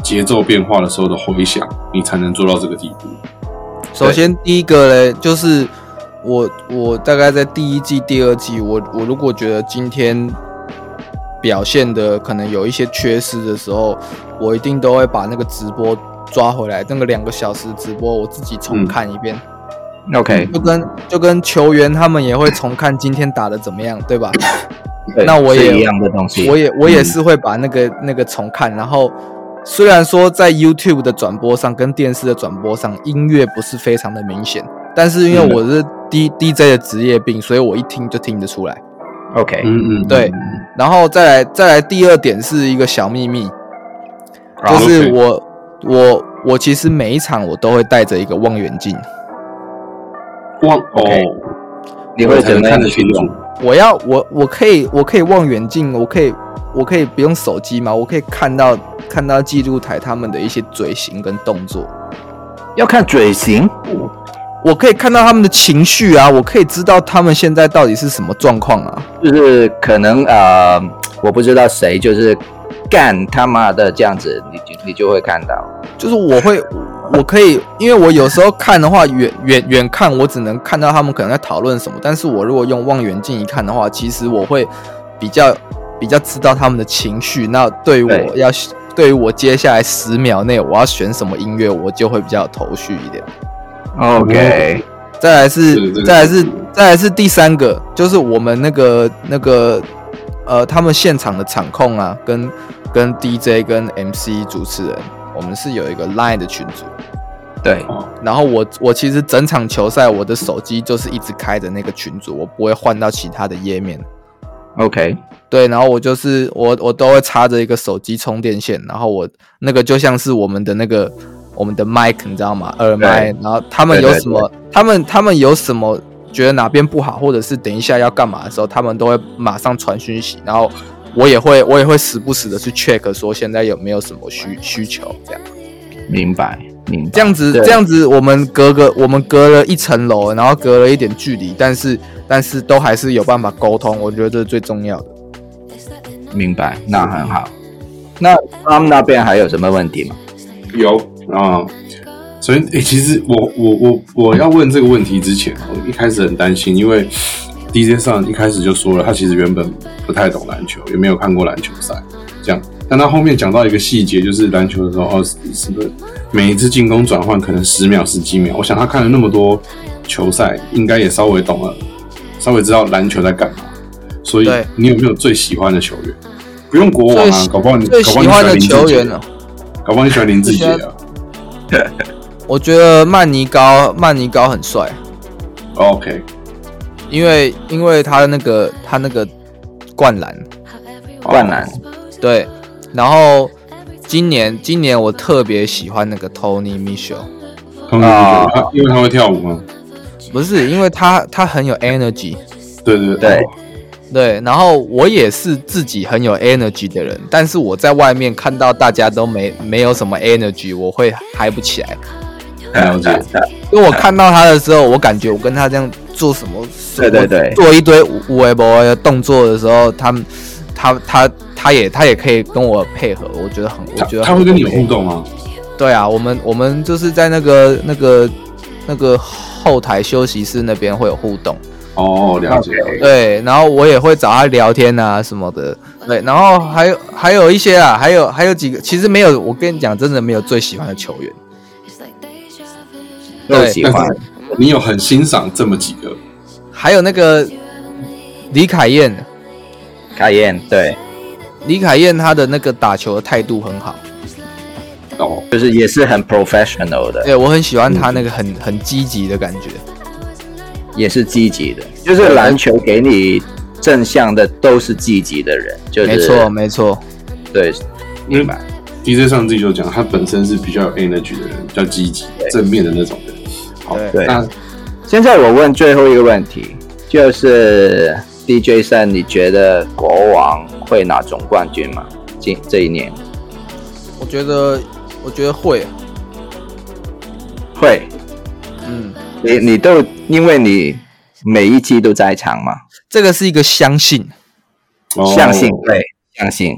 节奏变化的时候的回响，你才能做到这个地步。首先第一个嘞，就是我我大概在第一季、第二季，我我如果觉得今天表现的可能有一些缺失的时候，我一定都会把那个直播抓回来，那个两个小时直播我自己重看一遍， OK，就跟就跟球员他们也会重看今天打的怎么样，对吧？嗯对那我是也一样的东西。我也我也是会把那个、那个重看，然后虽然说在 YouTube 的转播上跟电视的转播上音乐不是非常的明显，但是因为我是 D、DJ 的职业病，所以我一听就听得出来。 OK，嗯嗯，对嗯然后再来再来第二点是一个小秘密，好就是啊，OK 我我我其实每一场我都会带着一个望远镜，忘 OK 哦，你会我才怎能么看样得的去清楚用？？我要我我可以我可以望远镜，我可以我可以不用手机嘛，我可以看到看到记录台他们的一些嘴型跟动作。要看嘴型，我可以看到他们的情绪啊，我可以知道他们现在到底是什么状况啊。就是可能呃，我不知道谁就是干他妈的这样子，你就你就会看到。就是我会，我可以，因为我有时候看的话，远远远看，我只能看到他们可能在讨论什么。但是我如果用望远镜一看的话，其实我会比较比较知道他们的情绪。那对于我对要对于我接下来十秒内我要选什么音乐，我就会比较有头绪一点。 OK，再来是是这，个再来是是，再来是第三个，就是我们那个那个呃，他们现场的场控啊，跟跟 DJ 跟 MC 主持人，我们是有一个 Line 的群组。对，然后我我其实整场球赛我的手机就是一直开着那个群组，我不会换到其他的页面。 OK，对，然后我就是我我都会插着一个手机充电线，然后我那个就像是我们的那个我们的麦克，你知道吗？耳麦，然后他们对对有什么，他们他们有什么觉得哪边不好，或者是等一下要干嘛的时候，他们都会马上传讯息，然后我也会我也会时不时的去 check 说现在有没有什么需需求这样。明白，明白。这样子，对这样子，我们隔个我们隔了一层楼，然后隔了一点距离，但是但是都还是有办法沟通，我觉得这是最重要的。明白，那很好。那 Tom 那边还有什么问题吗？有啊。首先，诶、其实我我我我要问这个问题之前，我一开始很担心，因为 DJ 上一开始就说了，他其实原本不太懂篮球，也没有看过篮球赛，这样。但他后面讲到一个细节，就是篮球的时候，哦，是是不是每一次进攻转换可能十秒、十几秒？我想他看了那么多球赛，应该也稍微懂了，稍微知道篮球在干嘛。所以对你有没有最喜欢的球员？不用国王最啊喜，搞不好你最搞不好喜你欢的林志球杰员呢、哦搞不好你喜欢林志杰啊？我觉得曼尼高曼尼高很帅， OK，因为因为他那个他那个灌篮，灌篮，对，然后今年今年我特别喜欢那个 Tony Mitchell，通啊常他因为他会跳舞吗？不是因为他他很有 energy，对对对哦对，然后我也是自己很有 energy 的人，但是我在外面看到大家都没没有什么 energy，我会嗨不起来。了解。因为我看到他的时候，我感觉我跟他这样做什么，对对对做一堆无微博的动作的时候，他们他他他也他也可以跟我配合，我觉得很，我他觉得他会跟你有很 OK 互动吗？对啊，我们我们就是在那个那个那个后台休息室那边会有互动。哦，了解。对，然后我也会找他聊天啊什么的。对，然后还有还有一些啊，还有还有几个，其实没有，我跟你讲，真的没有最喜欢的球员。都对喜但欢。是你有很欣赏这么几个？还有那个李凯燕，卡宴对，李凯燕她的那个打球的态度很好，哦，就是也是很 professional 的，对我很喜欢她那个很很积极的感觉。也是积极的。就是篮球给你正向的都是积极的人，就是没错，没错，对，因为 DJ 上自己就讲，他本身是比较有 energy 的人，比较积极、正面的那种人。好，对对那现在我问最后一个问题，就是 DJ 三，你觉得国王会拿总冠军吗？今这一年我觉得我觉得会，啊会？嗯，你你都因为你每一季都在场嘛，这个是一个相信，哦相信对，相信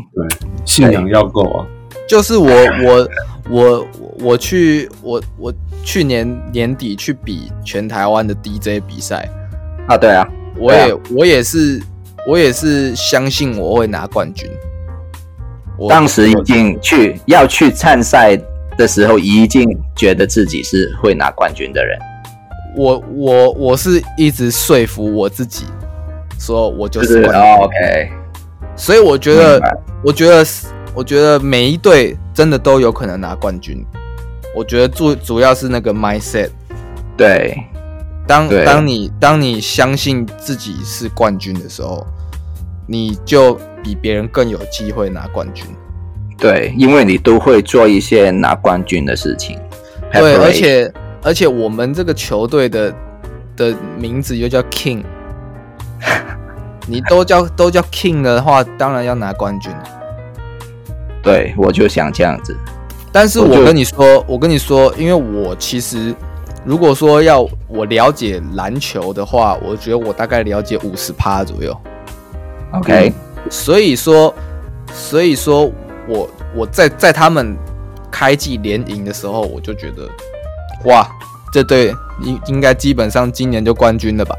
信仰要够啊。就 是我我我我去我我去年年底去比全台湾的 DJ 比赛。啊，对啊，我也、我也是我也是相信我会拿冠军。我当时已经去要去参赛的时候，已经觉得自己是会拿冠军的人。我我我是一直说服我自己，说我就就是是冠军，哦 OK，所以我觉得明白我觉得我觉得每一队真的都有可能拿冠军。我觉得主主要是那个 mindset，对，当对当你当你相信自己是冠军的时候，你就比别人更有机会拿冠军。对，因为你都会做一些拿冠军的事情。对， Preparation 而且而且我们这个球队的的名字又叫 King，你都叫都叫 King 的话，当然要拿冠军。对我就想这样子。但是我就我跟你说，我跟你说，因为我其实如果说要我了解篮球的话，我觉得我大概了解五十趴左右。 OK，、嗯所以说，所以说我我在在他们开季连赢的时候，我就觉得，哇，这队应应该基本上今年就冠军了吧？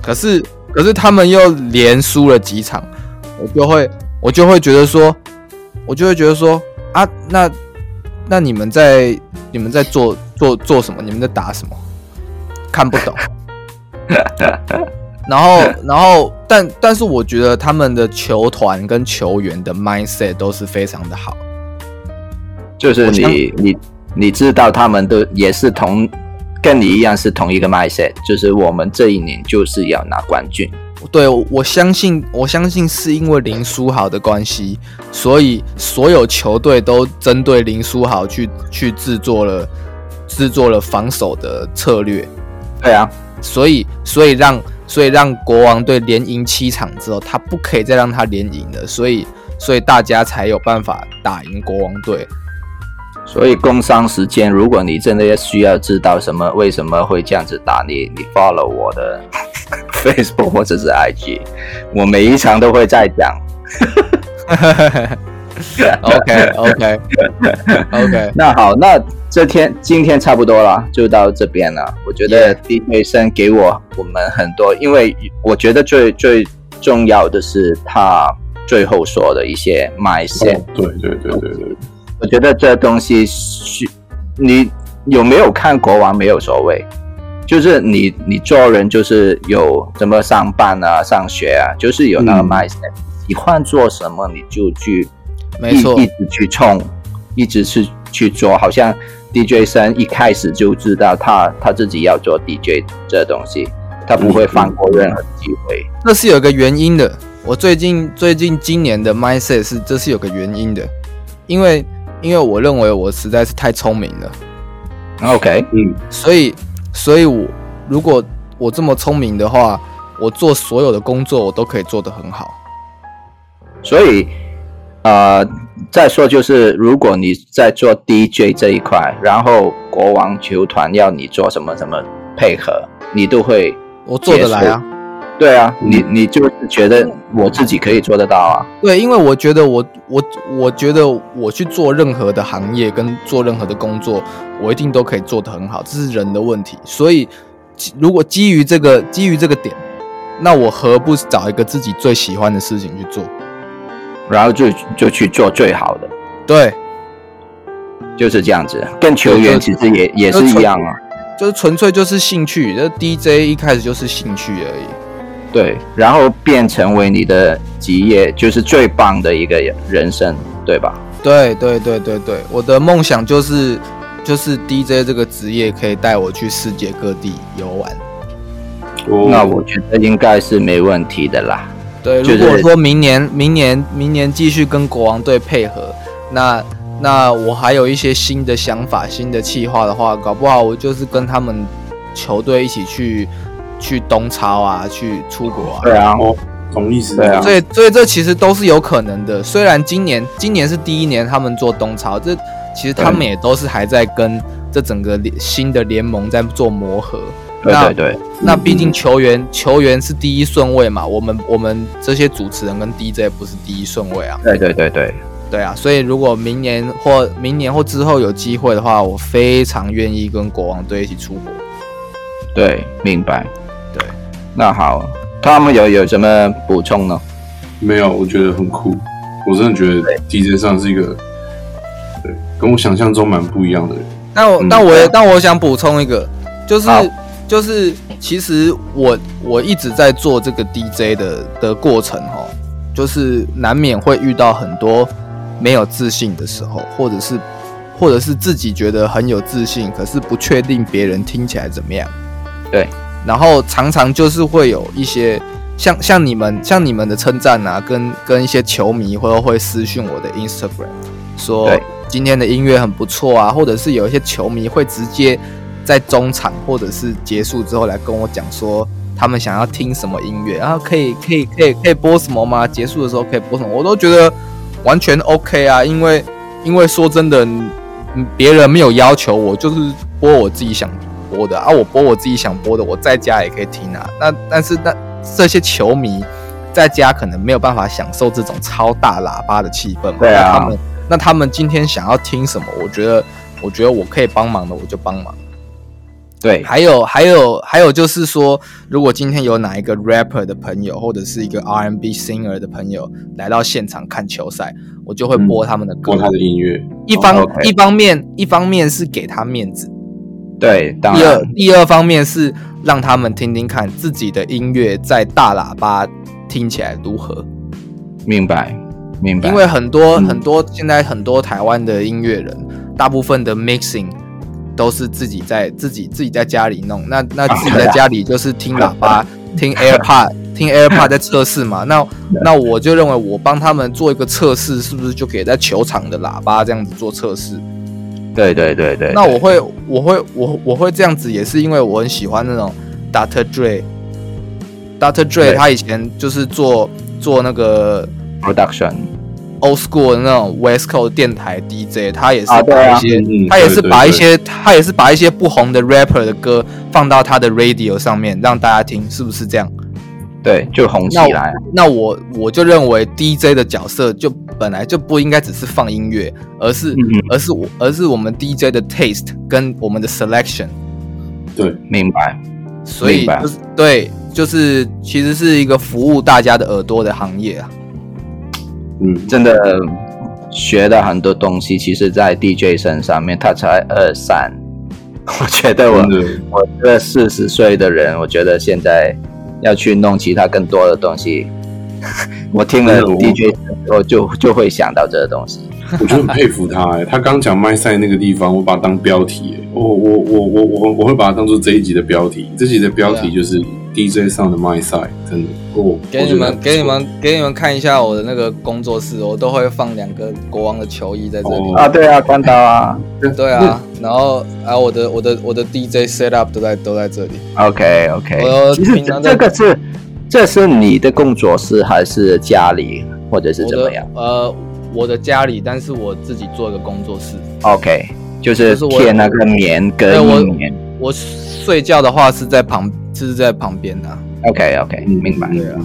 可是可是他们又连输了几场，我就会我就会觉得说，我就会觉得说啊，那那你们在你们在做做做什么？你们在打什么？看不懂。然后，然后，但但是我觉得他们的球团跟球员的 mindset 都是非常的好。就是你你你知道他们都也是同跟你一样是同一个 mindset，就是我们这一年就是要拿冠军。对，我我相信，我相信是因为林书豪的关系，所以所有球队都针对林书豪去去制作了制作了防守的策略，对啊，所以所以让所以让国王队连赢七场之后，他不可以再让他连赢了，所以所以大家才有办法打赢国王队。所以工伤时间，如果你真的要需要知道什么为什么会这样子打你，你 follow 我的 Facebook 或者是 IG，我每一场都会在讲。 OK OK OK，那好，那这天今天差不多了，就到这边了。我觉得 DJ 生给我我们很多，因为我觉得最最重要的是他最后说的一些 mindset，、哦对对对对对，我觉得这东西需你有没有看国王没有所谓，就是你你做人就是有怎么上班啊、上学啊，就是有那个嗯 mindset，、你换做什么你就去没错一，一直去冲，一直去去做，好像 DJ 生一开始就知道他他自己要做 DJ 这东西，他不会放过任何机会。这是有个原因的。我最近最近今年的 mindset 是这是有个原因的，因为因为我认为我实在是太聪明了， OK，嗯，所以所以我如果我这么聪明的话，我做所有的工作我都可以做得很好。所以呃，再说就是，如果你在做 DJ 这一块，然后国王球团要你做什么什么配合，你都会我做得来啊，对啊，你你就是觉得我自己可以做得到啊。对，因为我觉得我我我觉得我去做任何的行业跟做任何的工作，我一定都可以做得很好，这是人的问题。所以，基如果基于这个基于这个点，那我何不找一个自己最喜欢的事情去做？然后就就去做最好的，对，就是这样子。跟球员其实也也是一样啊，就是纯粹就是兴趣。这 DJ 一开始就是兴趣而已。对，然后变成为你的职业，就是最棒的一个人生，对吧？对对对对对，我的梦想就是就是 DJ 这个职业可以带我去世界各地游玩。哦我那我觉得应该是没问题的啦。对，就如是果说明年明年明年继续跟国王队配合，那那我还有一些新的想法、新的计划的话，搞不好我就是跟他们球队一起去去东超啊，去出国啊。对啊，哦，懂意思，对啊所以，所以这其实都是有可能的。虽然今年今年是第一年他们做东超，这其实他们也都是还在跟这整个联新的联盟在做磨合。对那对对，那毕竟球员球员是第一顺位嘛，我们我们这些主持人跟 DJ 不是第一顺位啊，对对对对，对啊，所以如果明年或明年或之后有机会的话，我非常愿意跟国王队一起出国。对，明白。对，那好，他们有有什么补充呢？没有，我觉得很酷，我真的觉得 DJ 上是一个，对，跟我想象中蛮不一样的人，那我嗯那我也那我想补充一个，就是好就是其实我我一直在做这个 DJ 的的过程哦，就是难免会遇到很多没有自信的时候，或者是或者是自己觉得很有自信，可是不确定别人听起来怎么样。对，然后常常就是会有一些像像你们像你们的称赞啊，跟跟一些球迷或会私讯我的 Instagram 说对今天的音乐很不错啊，或者是有一些球迷会直接在中场或者是结束之后来跟我讲说。他们想要听什么音乐，然后可以可以可以可以播什么吗？结束的时候可以播什么？我都觉得完全 OK 啊，因为因为说真的，嗯别人没有要求我，就是播我自己想播的啊，我播我自己想播的，我在家也可以听啊。那但是那这些球迷在家可能没有办法享受这种超大喇叭的气氛嘛，对啊那他们那他们今天想要听什么？我觉得我觉得我可以帮忙的，我就帮忙。对，还有还有还有就是说，如果今天有哪一个 rapper 的朋友，或者是一个 R&B singer 的朋友来到现场看球赛，我嗯就会播他们的歌。播他的音乐，一方、哦，OK 一方面一方面是给他面子，对，当第然二，第二方面是让他们听听看自己的音乐在大喇叭听起来如何，明白明白，嗯因为很多、很多现在很多台湾的音乐人，大部分的 mixing 都是自己在自己自己在家里弄，那那自己啊在家里就是听喇叭、听 AirPod、听 AirPod 在测试嘛，那那我就认为我帮他们做一个测试，是不是就可以在球场的喇叭这样子做测试？对对对对，那我会，我会，我我会这样子，也是因为我很喜欢那种 Dr. Dre。Dr. 对 Dre 他以前就是做做那个 production old school 的那种 West Coast 电台 DJ，他也是啊对把啊一些，嗯他也是把一，对对对些，他也是把一些不红的 rapper 的歌放到他的 radio 上面让大家听，是不是这样？对就红起那我来，那我我就认为 DJ 的角色就本来就不应该只是放音乐，而是、嗯而是我而是我们 DJ 的 taste 跟我们的 selection。明白所以明白就是对，就是其实是一个服务大家的耳朵的行业啊。嗯，真的学了很多东西，其实在 DJ 身上面，他才二三， 我觉得我真的我这个四十岁的人，我觉得现在要去弄其他更多的东西。我听了真的我 DJ 之后就就会想到这个东西。我觉得很佩服他哎、他刚讲麦赛那个地方，我把它当标题、欸，我我我我我我会把它当做这一集的标题，这集的标题就是 DJ 上的麦赛，真的，哦，啊给我你觉得很们，不错给你们，给你们看一下我的那个工作室，我都会放两个国王的球衣在这里。哦，对啊，关刀啊。对啊，然后啊，我的我的我的 DJ set up 都在都在这里。 OK OK，我哎其实平这常这在个是这是你的工作室还是家里或者是我怎么的样呃，我的家里，但是我自己做一个工作室。 ？OK，就是就是我贴那个棉隔对我音棉。我睡觉的话是在旁，是在旁边的啊、 OK OK，明白。对啊，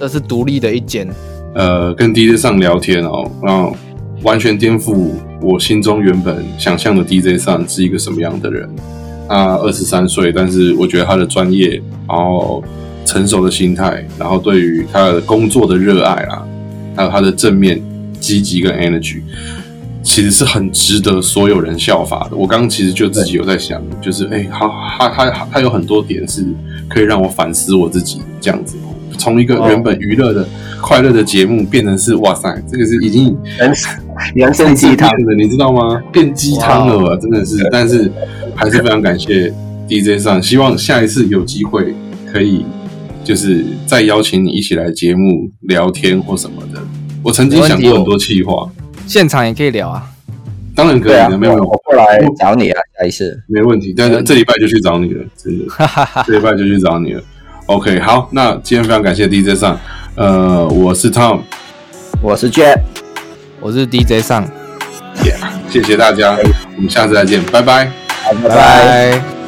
这是独立的一间。呃，跟 DJ 上聊天哦，然后完全颠覆我心中原本想象的 DJ 上是一个什么样的人。他二十三岁，但是我觉得他的专业，然后成熟的心态，然后对于他的工作的热爱啦，还有他的正面、积极跟 energy，其实是很值得所有人效法的。我刚刚其实就自己有在想，就是哎，他他他他有很多点是可以让我反思我自己这样子。从一个哦原本娱乐的、快乐的节目，变成是哇塞，这个是已经人人生鸡汤，变了，你知道吗？变鸡汤了，啊真的是。但是还是非常感谢 DJ 上，希望下一次有机会可以就是再邀请你一起来节目聊天或什么的。我曾经想过很多气话，现场也可以聊啊，当然可哦对以啊，的，没有我过来找你啊，下一次。没问题。但是这礼拜就去找你了，真 的，这礼拜就去找你了。OK，好，那今天非常感谢 DJ 上，呃，我是 Tom，我是 Jet，我是 DJ 上，谢谢大家，我们下次再见，拜拜。拜拜。拜拜